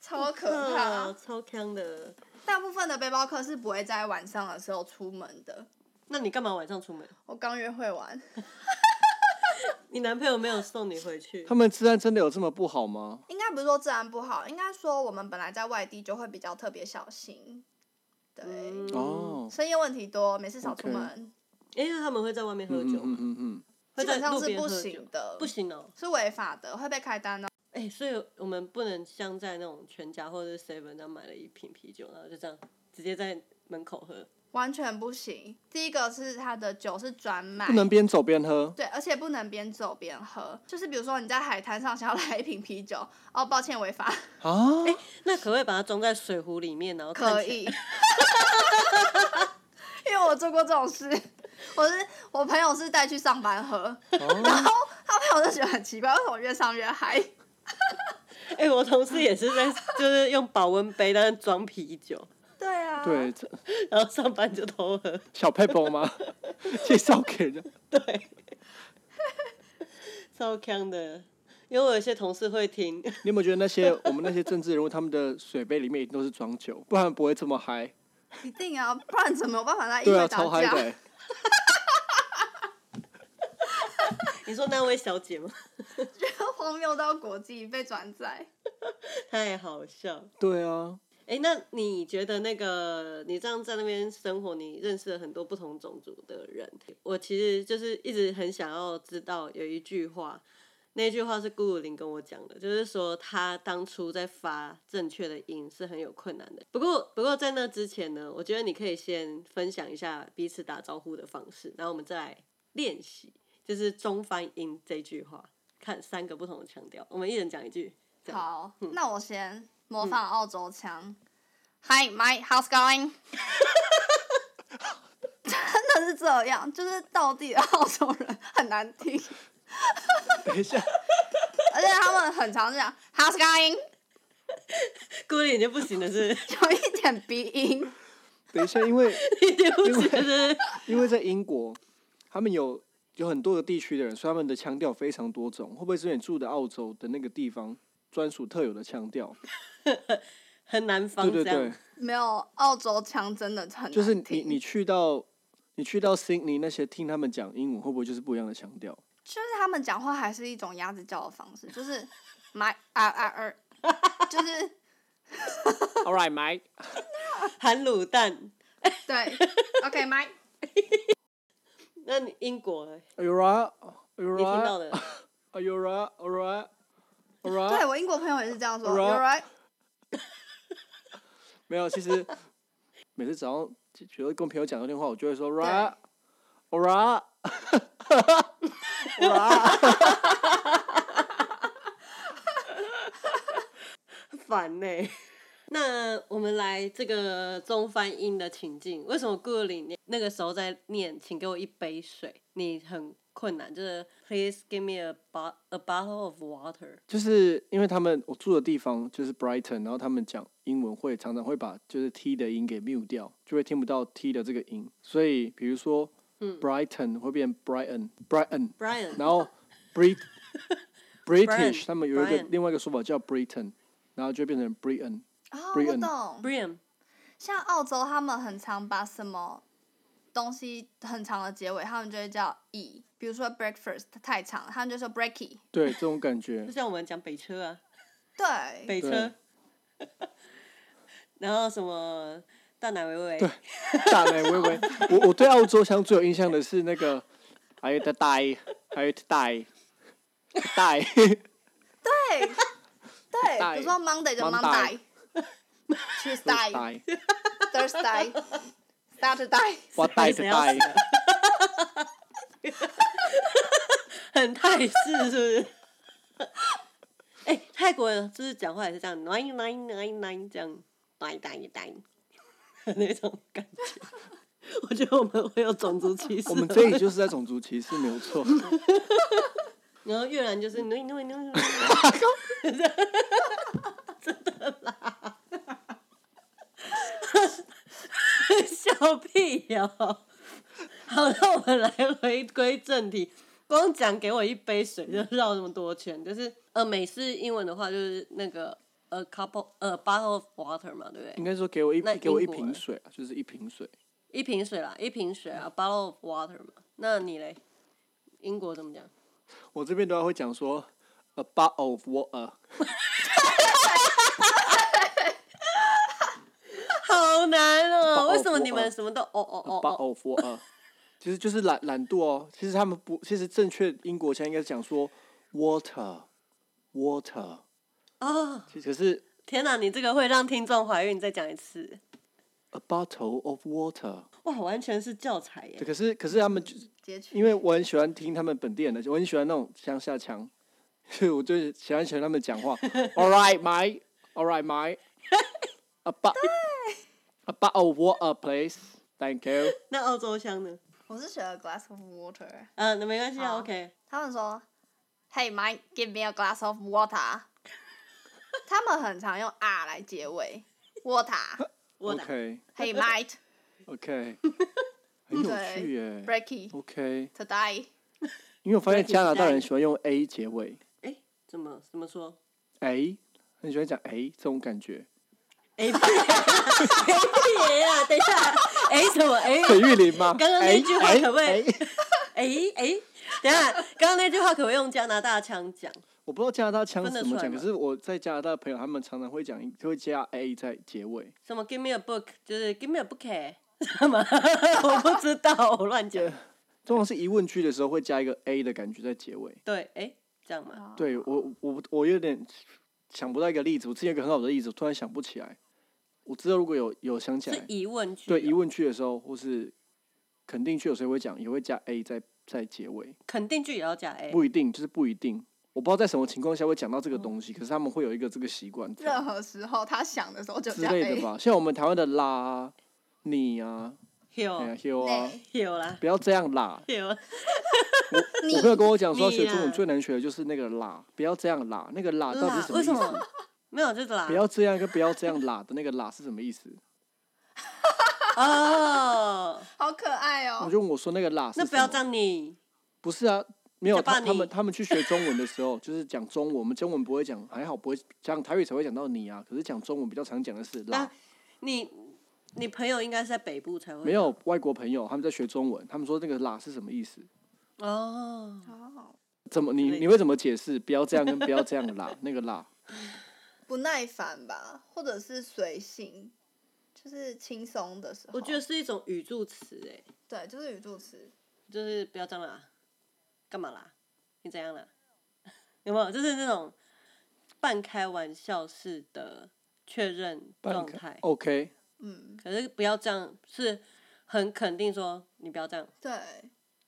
A: 超 可怕。
C: 啊超坑的。
A: 大部分的背包客是不会在晚上的时候出门的。
C: 那你干嘛晚上出门？
A: 我刚约会完，
C: 你男朋友没有送你回去
B: 他？们治安真的有这么不好吗？
A: 应该不是说治安不好，应该说我们本来在外地就会比较特别小心。对，
C: 嗯，
B: 哦，
A: 深夜问题多，没事少出
B: OK
A: 门
C: 因为他们会在外面喝
B: 嗯
C: 酒
B: 嗯嗯
C: 嘛，
B: 嗯嗯，
C: 会
A: 基本
C: 在
A: 上
C: 路
A: 是
C: 边
A: 不
C: 喝酒
A: 行的，
C: 不行哦。
A: 是违法的，会被开单哦。
C: 哎、所以我们不能像在那种全家或者是 seven 这样买了一瓶啤酒，然后就这样直接在门口喝。
A: 完全不行。第一个是它的酒是专卖
B: 不，能边走边喝。
A: 对，而且不能边走边喝。就是比如说你在海滩上想要来一瓶啤酒，哦，抱歉违法，
B: 啊，
C: 那可不可以把它装在水壶里面，然后看
A: 可
C: 起来？
A: 以。 因为我做过这种事，我是我朋友是带去上班喝，
B: 哦
A: 他朋友就觉得很奇怪，为什么越上越嗨？
C: 哎、我同事也是在，就是用保温杯，但是装啤酒，
A: 对啊，
B: 对，这
C: 然后上班就偷喝。
B: 小 paper 吗？介绍给人家，
C: 对，超强的。因为我有些同事会听，
B: 你有没有觉得那些我们那些政治人物，他们的水杯里面一定都是装酒，不然不会这么嗨。
A: 一定啊，不然怎么有办法在议
B: 对
A: 会
B: 啊，
A: 打
B: 超嗨
A: 架？
B: 的、 欸。
C: 你说那位小姐吗？
A: 荒谬到国际被转载。
C: 太好笑。
B: 对啊，
C: 哎、那你觉得那个你这样在那边生活，你认识了很多不同种族的人。我其实就是一直很想要知道有一句话，那句话是顾鲁林跟我讲的，就是说他当初在发正确的音是很有困难的。不过，不过在那之前呢，我觉得你可以先分享一下彼此打招呼的方式，然后我们再来练习，就是中翻音这句话，看三个不同的腔调，我们一人讲一句。这样
A: 好，那我
B: 嗯
A: 先模仿澳洲腔。Hi, my, how's going？真的是这样，就是道地的澳洲人很难听，
B: 等一下，
A: 而且他们很常是讲 how's going，
C: 顾鲁林就不行了，是不是
A: 有一点鼻音。
B: 等一下，因为
C: 你就不行了，是不是？
B: 因为在英国，他们有有很多个地区的人，所以他们的腔调非常多种。会不会是因为你住的澳洲的那个地方专属特有的腔调？
C: 很南方
B: 对
C: 这
B: 对
C: 样。
B: 对，
A: 没有澳洲腔真的很难听。
B: 就是你你去到你去到 Sydney 那些听他们讲英文，会不会就是不一样的腔调？
A: 就是他们讲话还是一种鸭子叫的方 式，就是 my 啊啊啊，就是。
B: All right, Mike。
C: 含卤蛋。
A: 对，OK，麦，
C: 那你英国嘞
B: Are you right? Are you
C: 你听到
B: right?
C: 的
B: Are you right? All right. All
A: 对
B: right.
A: 我英国朋友也是这样说
B: Alright
A: ，You're right，
B: 没有，其实每次早上就觉得跟朋友讲个电话，我就会说
A: 对
B: right, all right, all right。
C: 很烦呢、那我们来这个中翻英的情境，为什么顾里那个时候在念“请给我一杯水”，你很困难，就是 “Please give me a bo a bottle of water”。
B: 就是因为他们我住的地方就是 Brighton，然后他们讲英文会常常会把就是 t 的音给 mute 掉，就会听不到 t 的这个音。所以比如说
C: 嗯
B: Brighton 会变 Brighton，Brighton，
C: Brian，
B: 然后 Brit British
C: Brian，
B: 他们有一个
C: Brian
B: 另外一个说法叫 Britain，然后就变成 Britain。
A: 哦，我
B: Brian
A: 懂。
C: Brian，
A: 像澳洲，他们很常把什么东西很长的结尾，他们就会叫 e，比如说 breakfast 太长，他们就说 breaky。
B: 对，这种感
C: 就
B: 觉。
C: 像我们讲北车啊，
A: 对，
C: 北车
B: 对。
C: 然后什么大奶维维，
B: 大奶微微，我我对澳洲腔最有印象的是那个 I t die I t die die，
A: 对，对，
B: Monday
A: 比如说 Monday 就
B: Monday
A: Monday，Tuesday、Thursday、Saturday，
B: 我 die
C: 谁要死
B: die，
C: 啊 很泰式是不是？哎、泰国人就是讲话也是这样，奶奶奶奶这样，呆呆呆，那种感觉。 我觉得我们会有种族歧视。
B: 我们这里就是在种族歧视，没有 错。
C: 然后越南就是努努努努， 哦真的啦，笑屁哟、好，那我们来回归正题。光讲给我一杯水就绕那么多圈，就是呃美式英文的话就是那个 a couple 呃 bottle of water 嘛，对不
B: 应
C: 对？
B: 该说给我一
C: 那
B: 给我一
C: 英国
B: 瓶
C: 人
B: 水啊，就是一瓶水。
C: 一瓶水啦，一瓶水啊 bottle of water 嘛。那你嘞？英国怎么讲？
B: 我这边都要会讲说 a bottle of water，
C: 好难 哦、
B: Bottle of
C: 为什么你
B: water
C: 们什么都哦哦
B: a
C: 哦
B: bottle
C: 哦？
B: of water，其 实就是懒懒惰哦。其实他们不，其实正确英国腔应该是讲说 water water，
C: 哦，
B: 其实可是
C: 天哪，你这个会让听众怀孕，你再讲一次。
B: a bottle of water，
C: 哇，完全是教材耶！
B: 可是可是他们就是
A: 截取。
B: 因为我很喜欢听他们本地人的，我很喜欢那种乡下腔，所以我就喜欢学他们讲话。All right, my, all right, my, a b o u a b o u of water, please. Thank you.
C: 那澳洲腔呢？
A: 我是学了 glass of water，
C: 嗯，那没关系啊
A: 好
C: ，OK。
A: 他们说，Hey Mike，give me a glass of water。他们很常用 r 来结尾，water。
C: 我打
B: OK,
A: Hey Mike，Ricky，
B: OK，很有趣耶。OK，
A: today。
B: 因为我发现
C: Breaking
B: 加拿大人喜欢用 A 结尾
C: 哎，怎么怎么说
B: ，A 很喜欢讲 A 这种感觉。
C: ？A 屁 A 屁呀！等一下，A 什么 A？
B: 沈玉琳吗？
C: 刚刚那句话
B: A，A，
C: 可不可以
B: A
C: 哎哎，等一下，刚刚那句话可不可以用加拿大腔讲？
B: 我不知道加拿大腔
C: 分得
B: 怎么
C: 出来
B: 讲，可
C: 吗
B: 是我在加拿大的朋友他们常常会讲，就会加 A 在结尾。
C: 什么 Give me a book，就是 Give me a book，什么？ 我不知道，我乱讲。
B: 通常是疑问句的时候会加一个 A 的感觉在结尾。
C: 对，哎，这样嘛，
A: 哦
B: 对我，我我有点想不到一个例子，我之前有一个很好的例子，我突然想不起来。我知道如果有有想起
C: 是
B: 来，
C: 疑问句。啊哦
B: 对疑，问句的时候，或是肯定句，有时候会讲，也会加 A 在在结尾，
C: 肯定句也要加 A。
B: 不一定就是不一定。我不知道在什么情况下会讲到这个东西，可是他们会有一个这个习惯在
A: 任何时候他想的时候就
B: 之
A: 加
B: 类的
A: A。
B: 吧。像我们台湾的啦啊、你啊、哎呀
C: Hill
B: h 啊，
A: 内
C: 有啦
B: 不要这样啦。
C: Hill，
B: 我朋友跟我讲说，
C: 你啊
B: 学中文
C: 呀
B: 最难学的就是那个啦，不要这样啦，那个啦到底是什
C: 啦
B: 么
C: 为
B: 意思
C: 什？么？没有就是啦
B: 不。要这样跟不要这样啦的那个啦是什么意思？
C: 哦，
A: 好可爱
B: 我
A: 哦。
B: 就问我说那个啦是
C: 那
B: 什
C: 不要
B: 么
C: 这样你。
B: 不是啊，没有
C: 叫
B: 他
C: 爸
B: 他们
C: 你
B: 他们去学中文的时候，就是讲中文，我们中文不会讲，还好不会讲台语才会讲到你啊。可是讲中文比较常讲的是啦
C: 那，你你朋友应该是在北部才会
B: 没有外国朋友他们在学中文，他们说那个啦是什么意思？
C: 哦，
A: 哦
B: 怎么你
C: 对
B: 你会怎么解释？不要这样跟不要这样啦，那个啦，
A: 不耐烦吧，或者是随性，就是轻松的时候。
C: 我觉得是一种语助词哎、
A: 对，就是语助词。
C: 就是不要这样啦，干嘛啦？你怎样啦？ 有没有就是那种半开玩笑式的确认状
B: 半个
C: 态？
B: OK，
A: 嗯，
C: 可是不要这样，是很肯定说你不要这样，
A: 对，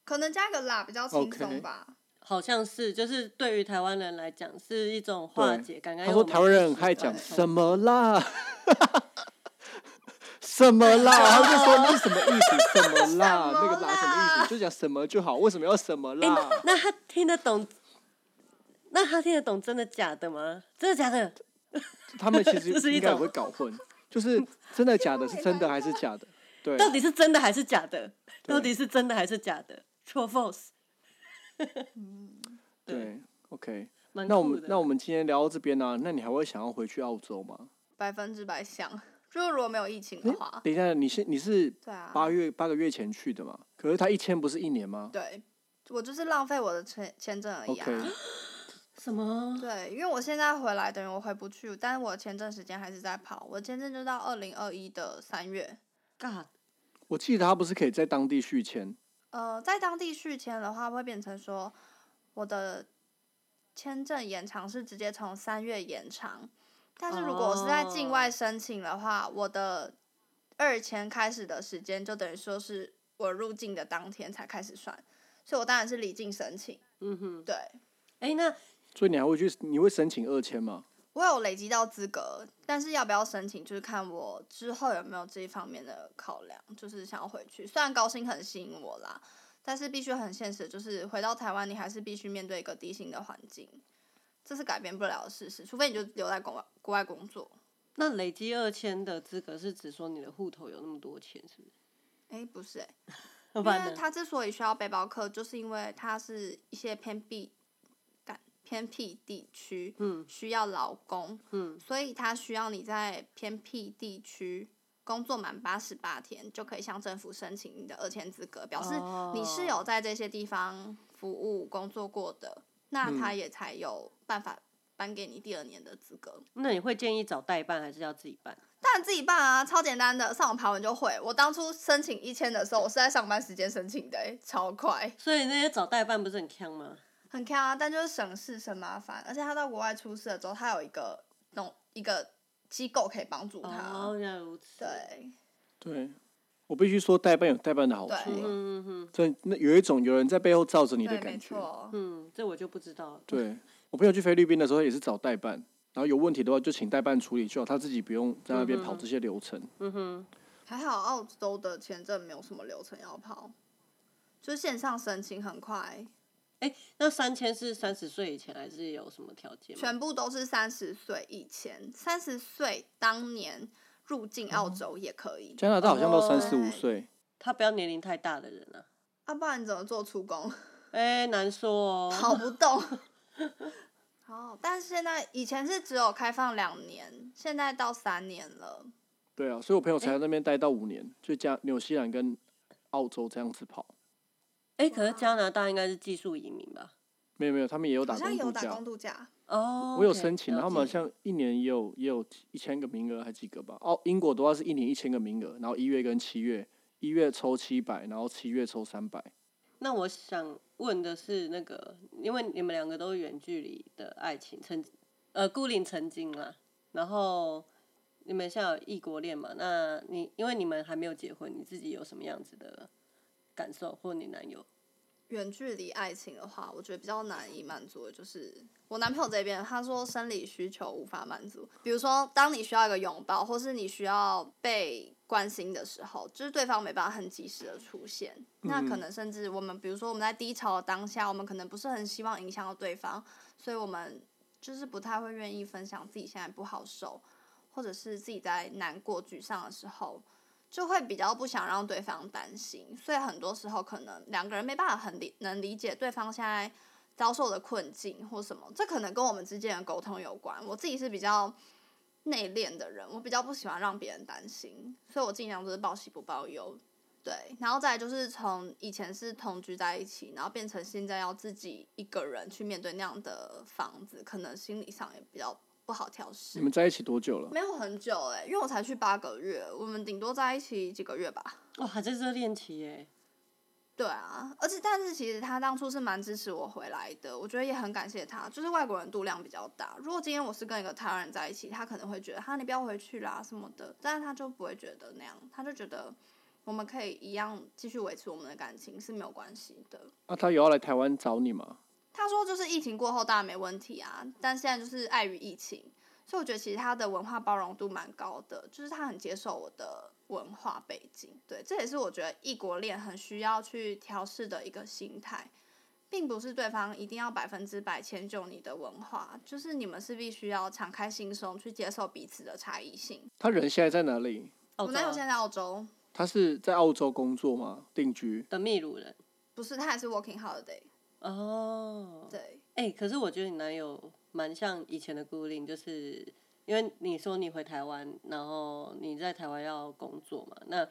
A: 可能加个啦比较轻
B: OK
A: 松吧。
C: 好像是就是对于台湾人来讲是一种化
B: 对
C: 解尴尬。因
B: 他
C: 为
B: 说
C: 我们
B: 台湾人很
C: 习
B: 爱
C: 惯
B: 讲
C: 冲
B: 什么啦，什么 啦，他就说那是什么意思？什么啦？那个啦什么意思？就讲什么就好，为什么要什么
C: 哎、
B: 啦？
C: 那那他听得懂？那他听得懂真的假的吗？真的假的？
B: 他们其实
C: 这是一
B: 应该也
C: 种
B: 会搞混，就是真的假的是真的还是假的？对，
C: 到底是真的还是假的？
B: 对
C: 到底是真的还是假的？错 false，
B: 对，OK。
C: 蛮
B: 那我
C: 酷
B: 们
C: 的。
B: 那我们今天聊到这边啊呢，那你还会想要回去澳洲吗？
A: 百分之百像，就是如果没有疫
C: 哎
A: 情的话。
B: 等一下，你是你是
A: 对啊。
B: 八月八个月前去的嘛？可是他一签不是一年吗？
A: 对，我就是浪费我的签签证而已啊。
B: OK
C: 什么？
A: 对，因为我现在回来等于我回不去，但是我的签证时间还是在跑，我的签证就到二零二一的三月。
C: God，
B: 我记得他不是可以在当地续签？
A: 呃，在当地续签的话，会变成说我的签证延长是直接从三月延长，但是如果我是在境外
C: 哦
A: 申请的话我的二签开始的时间就等于说是我入境的当天才开始算，所以我当然是离境申请。
C: 嗯哼，
A: 对，
C: 哎、那
B: 所以你还会去？你会申请二签吗？
A: 我有累积到资格，但是要不要申请，就是看我之后有没有这一方面的考量，就是想要回去。虽然高薪很吸引我啦，但是必须很现实，就是回到台湾，你还是必须面对一个低薪的环境，这是改变不了的事实，除非你就留在国外国外工作。
C: 那累积二千的资格是指说你的户头有那么多钱，是不是？
A: 诶，不是诶，欸
C: 很
A: 因
C: 烦
A: 为
C: 的。
A: 它之所以需要背包客，就是因为它是一些偏僻、感偏僻地区，
C: 嗯
A: 需要劳工，
C: 嗯，
A: 所以它需要你在偏僻地区工作满八十八天，就可以向政府申请你的二签资格，表示你是有在这些地方服务工作过的，那他也才有办法颁给你第二年的资格。
C: 那你会建议找代办还是要自己办？
A: 当然自己办啊，超简单的，上网爬文就会。我当初申请一签的时候，我是在上班时间申请的、欸，超快。
C: 所以那些找代办不是很坑吗？
A: 很看啊，但就是省事省麻烦，而且他到国外出事了之后，他有一个弄一个机构可以帮助他。
B: 啊
C: 哦，原来如此。
A: 对，
B: 对，我必须说代办有代办的好处
A: 对
B: 了，
C: 嗯嗯
B: 这那有一种有人在背后罩着你的
A: 对，没
B: 感觉。
A: 错。
C: 嗯，这我就不知道了。
B: 对我朋友去菲律宾的时候也是找代办，然后有问题的话就请代办处理就好，他自己不用在那边跑这些流程。
C: 嗯哼，
A: 还好澳洲的签证没有什么流程要跑，就是线上申请很快，
C: 那三千是三十岁以前还是有什么条件吗？
A: 全部都是三十岁以前，三十岁当年入境
B: 哦
A: 澳洲也可以。
B: 加拿大好像到
C: 哦
B: 三十五岁，
C: 他不要年龄太大的人啊。
A: 啊，不然你怎么做出工？
C: 哎、难说哦。
A: 跑不 动。哦，但是现在以前是只有开放两年，现在到三年了。
B: 对啊，所以我朋友才在那边待到五年，就加纽西兰跟澳洲这样子跑。
C: 哎、可是加拿大应该是技术移民吧？
B: 没有没有，他们也有
A: 好
B: 打
A: 像
B: 工
A: 有
B: 度
A: 打
B: 假
A: 工。度假，
C: 哦、
B: 我有申请，
C: 了
B: 然后他们好
C: 解
B: 像一年也有也有一千个名额，还几个吧？哦，英国的话是一年一千个名额，然后一月跟七月，一月抽七百，然后七月抽三百。
C: 那我想问的是，那个因为你们两个都是远距离的爱情，曾呃顾林曾经啦，然后你们现在有异国恋嘛？那你因为你们还没有结婚，你自己有什么样子的感受，或你男友？
A: 远距离爱情的话，我觉得比较难以满足的就是我男朋友这边，他说生理需求无法满足，比如说当你需要一个拥抱，或是你需要被关心的时候，就是对方没办法很及时的出现，那可能甚至我们，比如说我们在低潮的当下，我们可能不是很希望影响到对方，所以我们就是不太会愿意分享自己现在不好受，或者是自己在难过、沮丧的时候，就会比较不想让对方担心，所以很多时候可能两个人没办法很理能理解对方现在遭受的困境或什么，这可能跟我们之间的沟通有关。我自己是比较内敛的人，我比较不喜欢让别人担心，所以我尽量就是报喜不报忧。对，然后再来就是从以前是同居在一起，然后变成现在要自己一个人去面对那样的房子，可能心理上也比较不好调试
B: 你。们在一起多久了？
A: 没有很久哎、因为我才去八个月，我们顶多在一起几个月吧。
C: 哇，还在热恋期耶！
A: 对啊，而且但是其实他当初是蛮支持我回来的，我觉得也很感谢他。就是外国人度量比较大，如果今天我是跟一个台湾人在一起，他可能会觉得哈你不要回去啦什么的，但是他就不会觉得那样，他就觉得我们可以一样继续维持我们的感情是没有关系的。
B: 那、啊他有要来台湾找你吗？
A: 他说就是疫情过后当然没问题啊，但现在就是碍于疫情，所以我觉得其实他的文化包容度蛮高的，就是他很接受我的文化背景。对，这也是我觉得异国恋很需要去调试的一个心态，并不是对方一定要百分之百迁就你的文化，就是你们是必须要敞开心胸去接受彼此的差异性。
B: 他人现在在哪里？
A: 我
C: 澳洲
A: 男友
C: 啊
A: 现在在澳洲，
B: 他是在澳洲工作吗？定居？
C: 的秘鲁人
A: 不是他也是 working holiday，
C: 哦。
A: 对。
C: 哎、可是我觉得你男友蛮像以前的孤零，就是因为你说你回台湾，然后你在台湾要工作嘛，那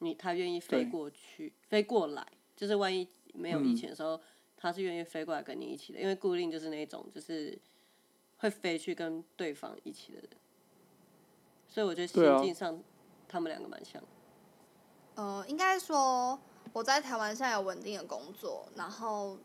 C: 你他愿意飞
B: 对
C: 过去，飞过来，就是万一没有疫
B: 嗯
C: 情的时候，他是愿意飞过来跟你一起的，因为孤零就是那种就是会飞去跟对方一起的人，所以我觉得
B: 对啊
C: 心境上、他们两个蛮像的。
A: 呃，应该说我在台湾现在有稳定的工作，然后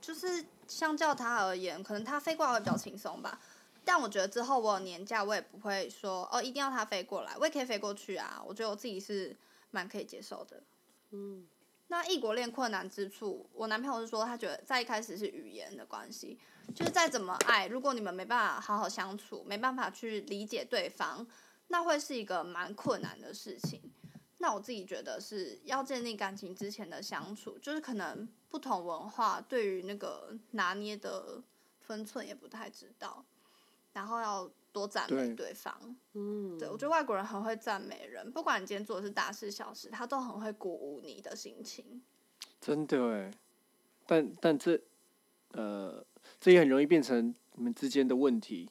A: 就是相较他而言，可能他飞过来会比较轻松吧。但我觉得之后我有年假，我也不会说哦一定要他飞过来，我也可以飞过去啊。我觉得我自己是蛮可以接受的。
C: 嗯，
A: 那异国恋困难之处，我男朋友是说他觉得在一开始是语言的关系，就是再怎么爱，如果你们没办法好好相处，没办法去理解对方，那会是一个蛮困难的事情。那我自己觉得是要建立感情之前的相处，就是可能不同文化对于那个拿捏的分寸也不太知道。然后要多赞美
B: 对
A: 对方。
C: 嗯，
A: 对我觉得外国人很会赞美人，不管你今天做的是大事小事，他都很会鼓舞你的心情。
B: 真的哎，但但这呃，这也很容易变成你们之间的问题。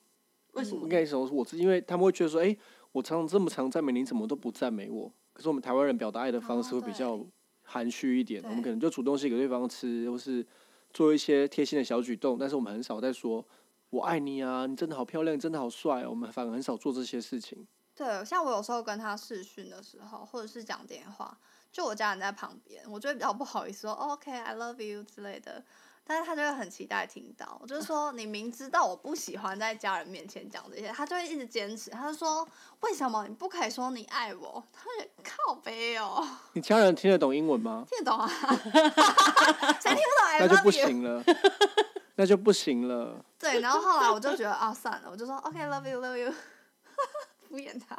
C: 为什么
B: 应？该是我是因为他们会觉得说，哎、我常常这么常赞美你，怎么都不赞美我？可是我们台湾人表达爱的方式
A: 哦
B: 会比
A: 对
B: 较含蓄一点，我们
A: 对
B: 可能就煮东西给对方吃，或是做一些贴心的小举动，但是我们很少在说“我爱你啊，你真的好漂亮，你真的好帅哦”，我们反而很少做这些事情。
A: 对，像我有时候跟他视讯的时候，或者是讲电话，就我家人在旁边，我就会比较不好意思说、哦、“OK，I、love you” 之类的，但是他就会很期待听到。我就是说，你明知道我不喜欢在家人面前讲这些，他就会一直坚持。他就说：“为什么你不可以说你爱我？”他就靠背哦，
B: 你家人听得懂英文吗？
A: 听得 懂啊？谁听得懂 I
B: 那就
A: love
B: 不
A: you？
B: 行了， 那就不行了。
A: 对，然后后来我就觉得啊，算了，我就说 OK，love、you，love you，敷衍他，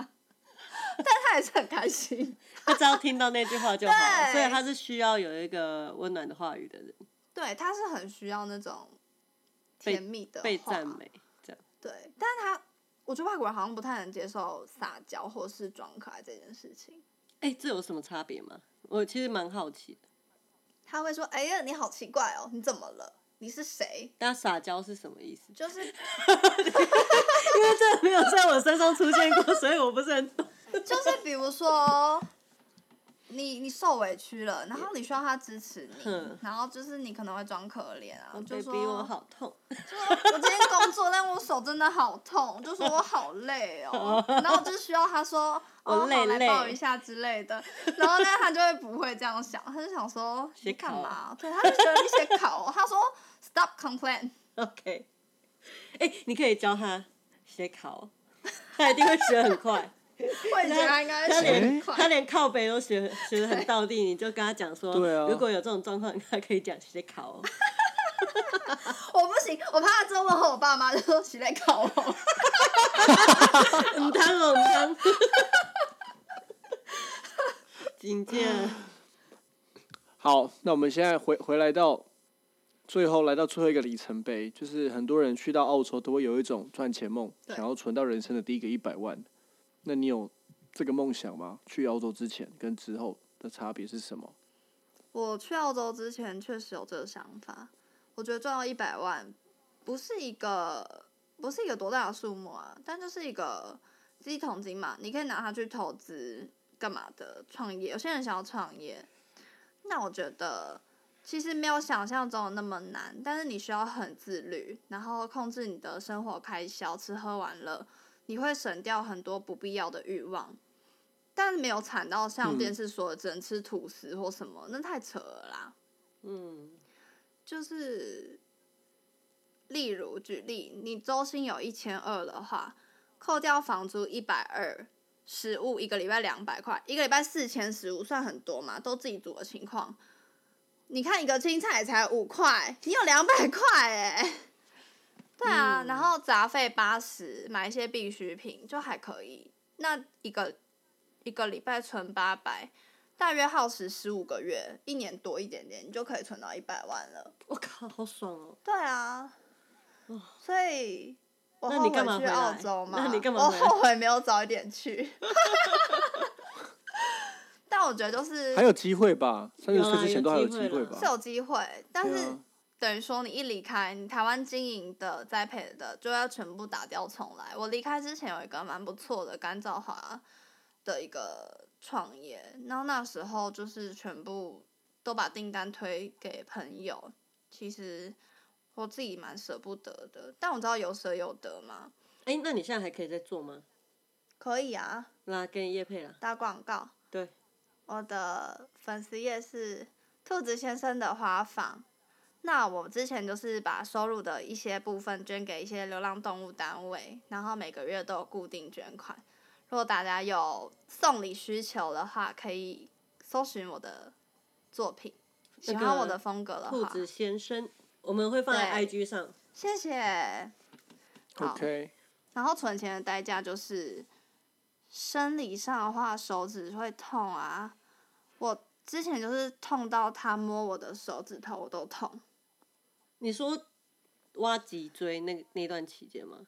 A: 但他也是很开心。
C: 他只要听到那句话就好了，
A: 对
C: 所以他是需要有一个温暖的话语的人，
A: 对，他是很需要那种
C: 被
A: 甜蜜的
C: 被
A: 话
C: 赞。美，这样
A: 对，但是他，我觉得外国人好像不太能接受撒娇或是装可爱这件事情。
C: 哎、这有什么差别吗？我其实蛮好奇的，
A: 他会说：“哎呀，你好奇怪哦，你怎么了？你是谁
C: 但撒娇是什么意思？”？
A: 就是
C: 因为这没有在我身上出现过，所以我不是很懂。
A: 就是比如说，你你受委屈了，然后你需要他支持你
C: 嗯，
A: 然后就是你可能会装可怜啊，就说
C: baby，我好痛。
A: 就说啊我今天工作，但我手真的好痛，就说我好累 哦，然后我就需要他说
C: 我
A: 哦，
C: 累
A: 好来
C: 累
A: 抱一下之类的，然后但他就会不会这样想，他就想说
C: 写
A: 你干
C: 考
A: 嘛？啊对，他就觉得你写考，哦他说 stop complain，
C: OK，哎、你可以教他写考，哦他一定会学很快。
A: 我也觉得他应该
C: 他
A: 写
C: 连
A: 很
C: 他
A: 快，
C: 连靠北都学学的很到地，你就跟他讲说，
B: 对啊
C: 如果有这种状况，他可以讲写考哦。
A: 我不行，我怕他之后问候我爸妈，就说写在考哦，
C: 唔当哦，唔当。 紧 接着
B: 好，那我们现在回回来到最后，来到最后一个里程碑，就是很多人去到澳洲都会有一种赚钱梦，
A: 对
B: 想要存到人生的第一个一百万。那你有这个梦想吗？去澳洲之前跟之后的差别是什么？
A: 我去澳洲之前确实有这个想法，我觉得赚到一百万不是一个不是一个多大的数目啊，但就是一个鸡桶金嘛，你可以拿它去投资干嘛的，创业。有些人想要创业，那我觉得其实没有想象中的那么难，但是你需要很自律，然后控制你的生活开销，吃喝玩乐，你会省掉很多不必要的欲望。但是没有惨到像
B: 嗯
A: 电视说的只能吃吐司或什么，那太扯了啦。
C: 嗯，
A: 就是，例如举例，你周薪有一千二的话，扣掉房租一百二，食物一个礼拜两百块，一个礼拜四千食物算很多嘛？都自己煮的情况，你看一个青菜才五块，你有两百块哎。对啊，然后杂费八十，买一些必需品就还可以。那一个一个礼拜存八百，大约耗时十五个月，一年多一点点，你就可以存到一百万了。
C: 我靠，好爽哦！
A: 对啊，所以我
C: 那
A: 后
C: 你
A: 悔
C: 干嘛
A: 去
C: 回来
A: 澳洲嘛，
C: 那你干嘛
A: 我
C: 回来
A: 后悔没有早一点去。 但我觉得就是
B: 还有机会吧，三十
C: 有啦
B: 岁之前都还有
C: 有
B: 机会
C: 机会
B: 吧
C: 啦
A: 是。有机会，但
B: 对
A: 是
B: 啊
A: 等于说你一离开，你台湾经营的栽培的就要全部打掉重来。我离开之前有一个蛮不错的干燥花的一个创业，然后那时候就是全部都把订单推给朋友，其实我自己蛮舍不得的，但我知道有舍有得嘛，
C: 哎、那你现在还可以再做吗？
A: 可以啊，
C: 那跟叶佩啦，
A: 打广告。
C: 对，
A: 我的粉丝页是兔子先生的花房。那我之前就是把收入的一些部分捐给一些流浪动物单位，然后每个月都有固定捐款。如果大家有送礼需求的话，可以搜寻我的作品。
C: 那
A: 喜
C: 个
A: 欢我的风格的
C: 兔
A: 话，
C: 子先生，我们会放在
A: 对
C: IG 上。
A: 谢谢。好
B: OK，
A: 然后存钱的代价就是，生理上的话，手指会痛啊。我之前就是痛到他摸我的手指头，我都痛。
C: 你说挖脊椎那那段期间吗？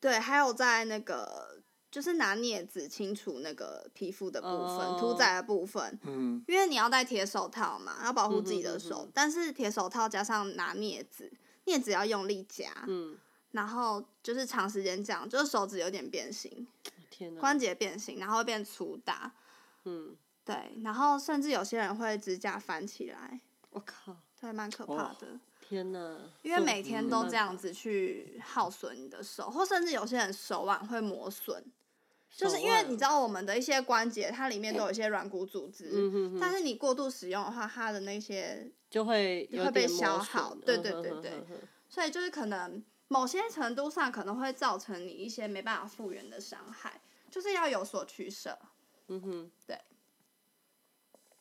A: 对，还有在那个就是拿镊子清除那个皮肤的部分、屠
C: 哦
A: 宰的部分，
B: 嗯，
A: 因为你要戴铁手套嘛，要保护自己的手，
C: 嗯哼嗯哼
A: 但是铁手套加上拿镊子，镊子要用力夹，
C: 嗯，
A: 然后就是长时间这样，就是手指有点变形，
C: 天哪，
A: 关节变形，然后会变粗大，
C: 嗯，
A: 对，然后甚至有些人会指甲翻起来，
C: 我靠，
A: 对，蛮可怕
B: 哇
A: 的。
C: 天哪，
A: 因为每天都
C: 哦嗯
A: 这样子去耗损你的手，或甚至有些人手腕会磨损，就是因为你知道我们的一些关节，它里面都有一些软骨组织，
C: 嗯哼哼
A: 但是你过度使用的话，它的那些，
C: 就会有
A: 会被
C: 点磨
A: 消
C: 损
A: 耗
C: 嗯
A: 对对
C: 哼
A: 对
C: 哼
A: 对
C: 哼哼
A: 所以就是可能某些程度上可能会造成你一些没办法复原的伤害，就是要有所取舍。
C: 嗯哼，
A: 对。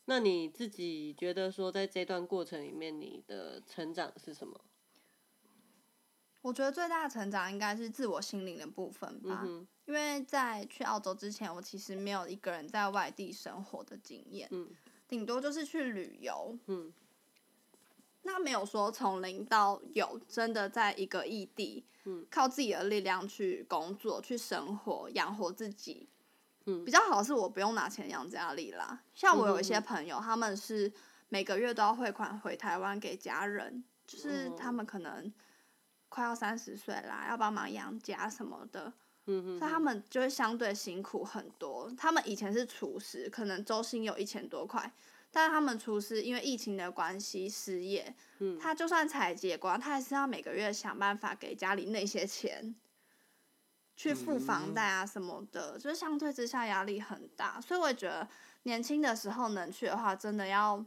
C: 那你自己觉得说，在这段过程里面，你的成长是什么？
A: 我觉得最大的成长应该是自我心灵的部分吧，
C: 嗯哼，
A: 因为在去澳洲之前，我其实没有一个人在外地生活的经验，
C: 嗯
A: 顶多就是去旅游，
C: 嗯
A: 那没有说从零到有，真的在一个异地，
C: 嗯
A: 靠自己的力量去工作、去生活、养活自己，
C: 嗯
A: 比较好是我不用拿钱养家里啦。像我有一些
C: 嗯哼
A: 朋友，他们是每个月都要汇款回台湾给家人，就是他
C: 哦
A: 们可能快要三十岁啦，要帮忙养家什么的，
C: 嗯哼，
A: 所以他们就会相对辛苦很多。他们以前是厨师，可能周薪有一千多块，但是他们厨师因为疫情的关系失业，
C: 嗯
A: 他就算采结光，他还是要每个月想办法给家里那些钱。去付房
C: 嗯
A: 贷啊什么的，就是相对之下压力很大，所以我也觉得年轻的时候能去的话，真的要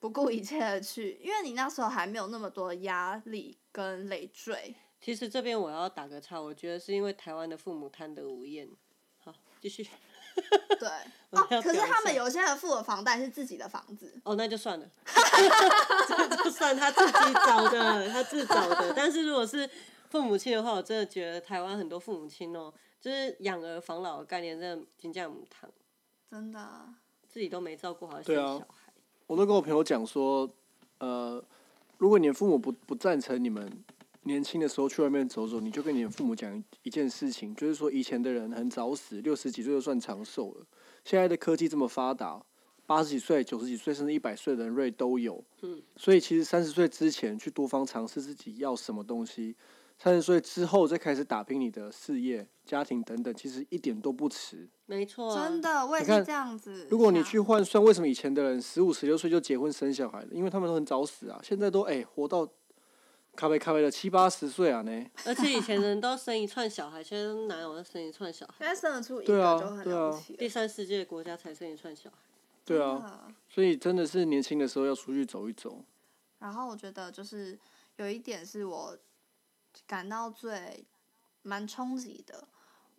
A: 不顾一切的去，因为你那时候还没有那么多压力跟累赘。
C: 其实这边我要打个岔，我觉得是因为台湾的父母贪得无厌。好，继续。
A: 对，
C: 我
A: 哦，
C: 要
A: 可是
C: 表
A: 他们
C: 现
A: 有些人付的房贷是自己的房子，
C: 哦，那就算了， 这就算他自己找的，他自找的。但是如果是父母亲的话，我真的觉得台湾很多父母亲哦，就是养儿防老的概念，真的金价母汤，
A: 真的。
C: 自己都没照顾好自己
B: 对
C: 的
B: 啊
C: 小孩。
B: 我都跟我朋友讲说，呃，如果你的父母不不赞成你们年轻的时候去外面走走，你就跟你的父母讲一件事情，就是说以前的人很早死，六十几岁就算长寿了，现在的科技这么发达，八十几岁、九十几岁甚至一百岁的人瑞都有，
C: 嗯，
B: 所以其实三十岁之前去多方尝试自己要什么东西，三十岁之后再开始打拼你的事业、家庭等等，其实一点都不迟。
C: 没错、啊，
A: 真的，我也
B: 你看
A: 是这啊样子。
B: 如果你去，换算，为什么以前的人十五、十六岁就结婚生小孩了？因为他们都很早死啊，现在都哎、活到咖啡咖啡的七八十岁啊呢。
C: 而且以前人都生一串小孩，现在哪有人生一串小孩？
A: 现在生得出一
B: 对啊
A: 个就很了不起了
C: 第三世界的国家才生一串小孩。
B: 对啊，。
A: 真的
B: 所以真的是年轻的时候要出去走一走。
A: 然后我觉得就是有一点是我感到最蛮冲击的。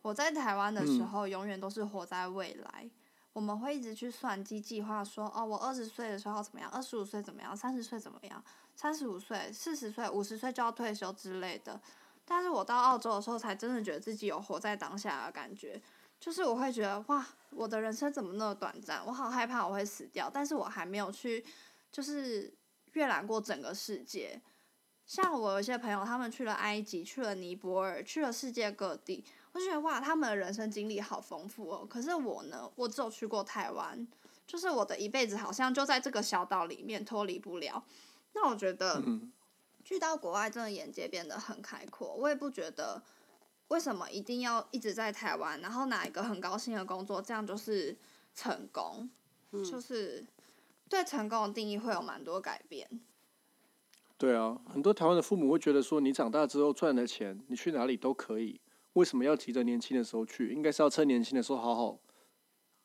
A: 我在台湾的时
B: 嗯
A: 候，永远都是活在未来，我们会一直去算计计划说，哦，我二十岁的时候要怎么样，二十五岁怎么样，三十岁怎么样，三十五岁、四十岁、五十岁就要退休之类的。但是我到澳洲的时候，才真的觉得自己有活在当下的感觉，就是我会觉得哇，我的人生怎么那么短暂？我好害怕我会死掉，但是我还没有去就是阅览过整个世界。像我有一些朋友，他们去了埃及，去了尼泊尔，去了世界各地，我就觉得哇，他们的人生经历好丰富哦。可是我呢，我只有去过台湾，就是我的一辈子好像就在这个小岛里面脱离不了。那我觉得
B: 嗯，
A: 去到国外，真的眼界变得很开阔。我也不觉得为什么一定要一直在台湾，然后拿一个很高兴的工作，这样就是成功。
C: 嗯
A: 就是对成功的定义会有蛮多改变。
B: 对啊，很多台湾的父母会觉得说，你长大之后赚的钱，你去哪里都可以，为什么要急着年轻的时候去？应该是要趁年轻的时候好好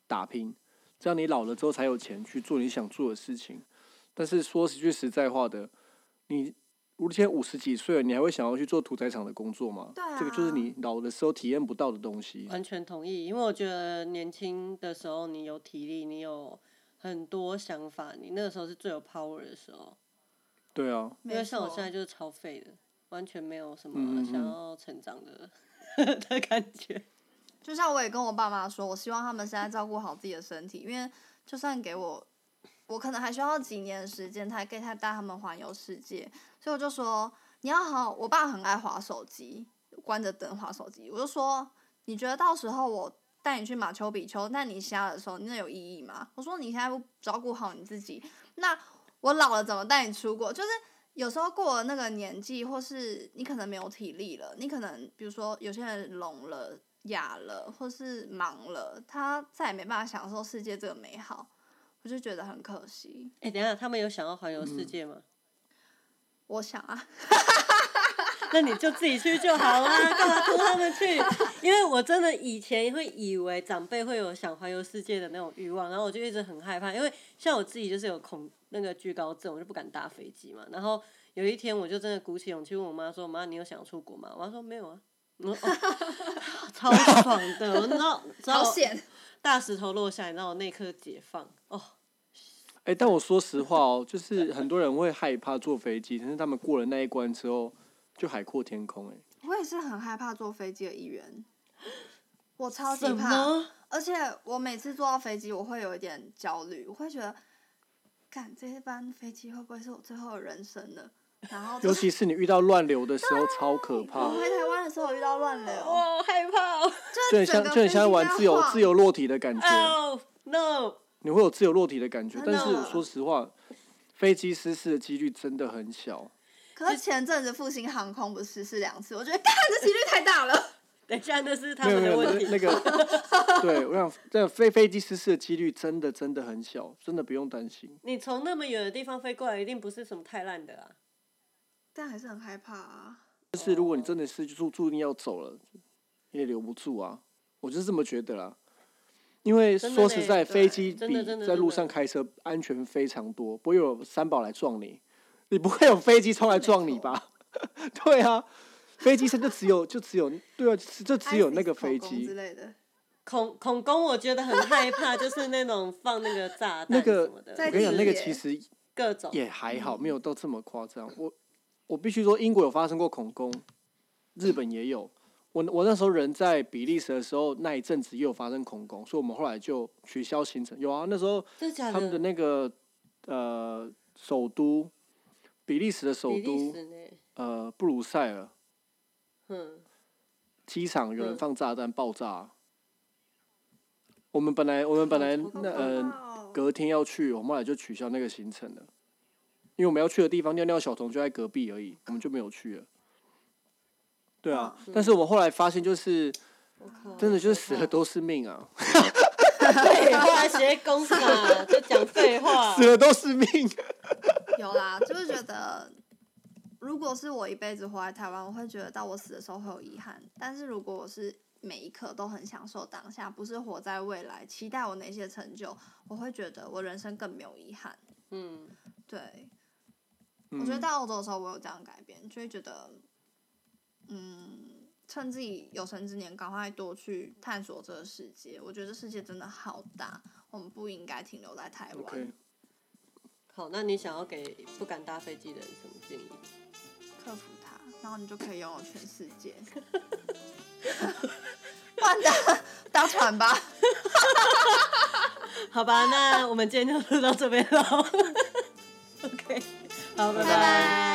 B: 打拼，这样你老了之后才有钱去做你想做的事情。但是说句实在话的，你如今五十几岁了，你还会想要去做屠宰场的工作吗？
A: 对啊
B: 这个就是你老的时候体验不到的东西。
C: 完全同意，因为我觉得年轻的时候你有体力，你有很多想法，你那个时候是最有 power 的时候。
B: 对啊，
A: 没
C: 因为像我
A: 错
C: 现在就是超废的，完全没有什
B: 嗯嗯
C: 么
B: 嗯
C: 想要成长的 的感觉。
A: 就像我也跟我爸妈说，我希望他们现在照顾好自己的身体，因为就算给我，我可能还需要几年的时间才可以带他们环游世界，所以我就说你要好，我爸很爱划手机。关着灯划手机，我就说你觉得到时候我带你去马丘比丘，那你瞎的时候那有意义吗？我说你现在不照顾好你自己，那我老了怎么带你出国？就是有时候过了那个年纪，或是你可能没有体力了，你可能比如说有些人聋了、哑了，或是盲了，他再也没办法享受世界这个美好，我就觉得很可惜。
C: 哎、等一下，他们有想要环游世界吗？
A: 我想啊，
C: 那你就自己去就好啦，干嘛拖他们去？ 因为我真的以前会以为长辈会有想环游世界的那种欲望，然后我就一直很害怕，因为像我自己就是有恐那个惧高症，我就不敢搭飞机嘛。然后有一天我就真的鼓起勇气问我妈说：“妈，你有想出国吗？”我妈说：“没有啊。”我说：“哦、 超爽的，我知道，知道
A: 好险！
C: 大石头落下来，你知道我那一刻解放哦。
B: 哎、但我说实话哦，就是很多人会害怕坐飞机，但是他们过了那一关之后，就海阔天空、哎，
A: 我也是很害怕坐飞机的一员，我超级
C: 什
A: 怕，
C: 么？
A: 而且我每次坐到飞机，我会有一点焦虑，我会觉得，干这班飞机会不会是我最后的人生呢？然后就
B: 尤其是你遇到乱流的时候，超可
A: 我
B: 怕。
A: 回台湾的时候我遇到乱流，
C: 我好害怕 哦！
B: 就
A: 就是
B: 很像，
A: 整个
B: 就很
A: 飞机
B: 像在玩
A: 在
B: 自由
A: 晃
B: 自由落体的感觉，
C: 哦、no！
B: 你会有自由落体的感觉。
A: 真
B: 但
A: 的
B: 是说实话，飞机失事的几率真的很小。
A: 可是前阵子复兴航空不是失事两次，我觉得干这几率太大了。
C: 等一下，那是他
B: 没有没
C: 们的
B: 有，
C: 问题。
B: 那那个，对我想，这飞飞机失事的几率真的真的很小，真的不用担心。
C: 你从那么远的地方飞过来，一定不是什么太烂的啊！
A: 但还是很害怕啊！
B: 就是如果你真的是注注定要走了，你也留不住啊，我就是这么觉得啦。因为
C: 真的
B: 说实
C: 嘞
B: 在，
C: 对
B: 飞机
C: 真的
B: 比
C: 真的
B: 在
C: 真
B: 路
C: 的
B: 上开车安全非常多，不会有三宝来撞你，你不会有飞机冲来撞你吧？ 对啊，飞机上就只有就只有对啊，就只有那个
A: ISIS 口
B: 飞
A: 供
B: 机
A: 之，类的，
C: 恐恐攻，我觉得很害怕，就是那种放那个炸
B: 那
C: 弹
B: 个
C: 什么的，
B: 我
A: 在
B: 跟你讲，那个
A: 地铁
B: 其实
C: 各种。
B: 也还好，
C: 嗯
B: 没有到这么夸张。我我必须说，英国有发生过恐攻，日本也有。我我那时候人在比利时的时候，那一阵子也有发生恐攻，所以我们后来就取消行程。有啊，那时候
C: 真的假
B: 他们的那个呃首都，比利时的首
C: 比利
B: 都
C: 时呢？
B: 呃布鲁塞尔
C: 嗯，
B: 机场有人
C: 嗯
B: 放炸弹爆炸啊。我们本来我们本来
C: 哦好可
B: 那
C: 怕
B: 呃
A: 哦
B: 隔天要去，我们后来就取消那个行程了，因为我们要去的地方尿尿小童就在隔壁而已，我们就没有去了。对啊，但是我们后来发现，就是
C: 我靠！
B: 真的就是死了都是命啊，
C: 废话，学工啊，就讲废 话
B: 死。了都是命。
A: 有啦，就是觉 得，如果是我一辈子活在台湾，我会觉得到我死的时候会有遗憾。但是如果我是每一刻都很享受当下，不是活在未来，期待我哪些成就，我会觉得我人生更没有遗憾。
C: 嗯，
A: 对，我
B: 嗯
A: 觉得到澳洲的时候，我有这样改变，就会觉得，嗯，趁自己有生之年，赶快多去探索这个世界。我觉得这世界真的好大，我们不应该停留在台湾。
B: 嗯 OK，
C: 好，那你想要给不敢搭飞机的人什么建议？
A: 克服它，然后你就可以拥有全世 界。 不然搭搭船吧，
C: 好吧，那我们今天就录到这边喽。OK，好，拜
A: 拜拜。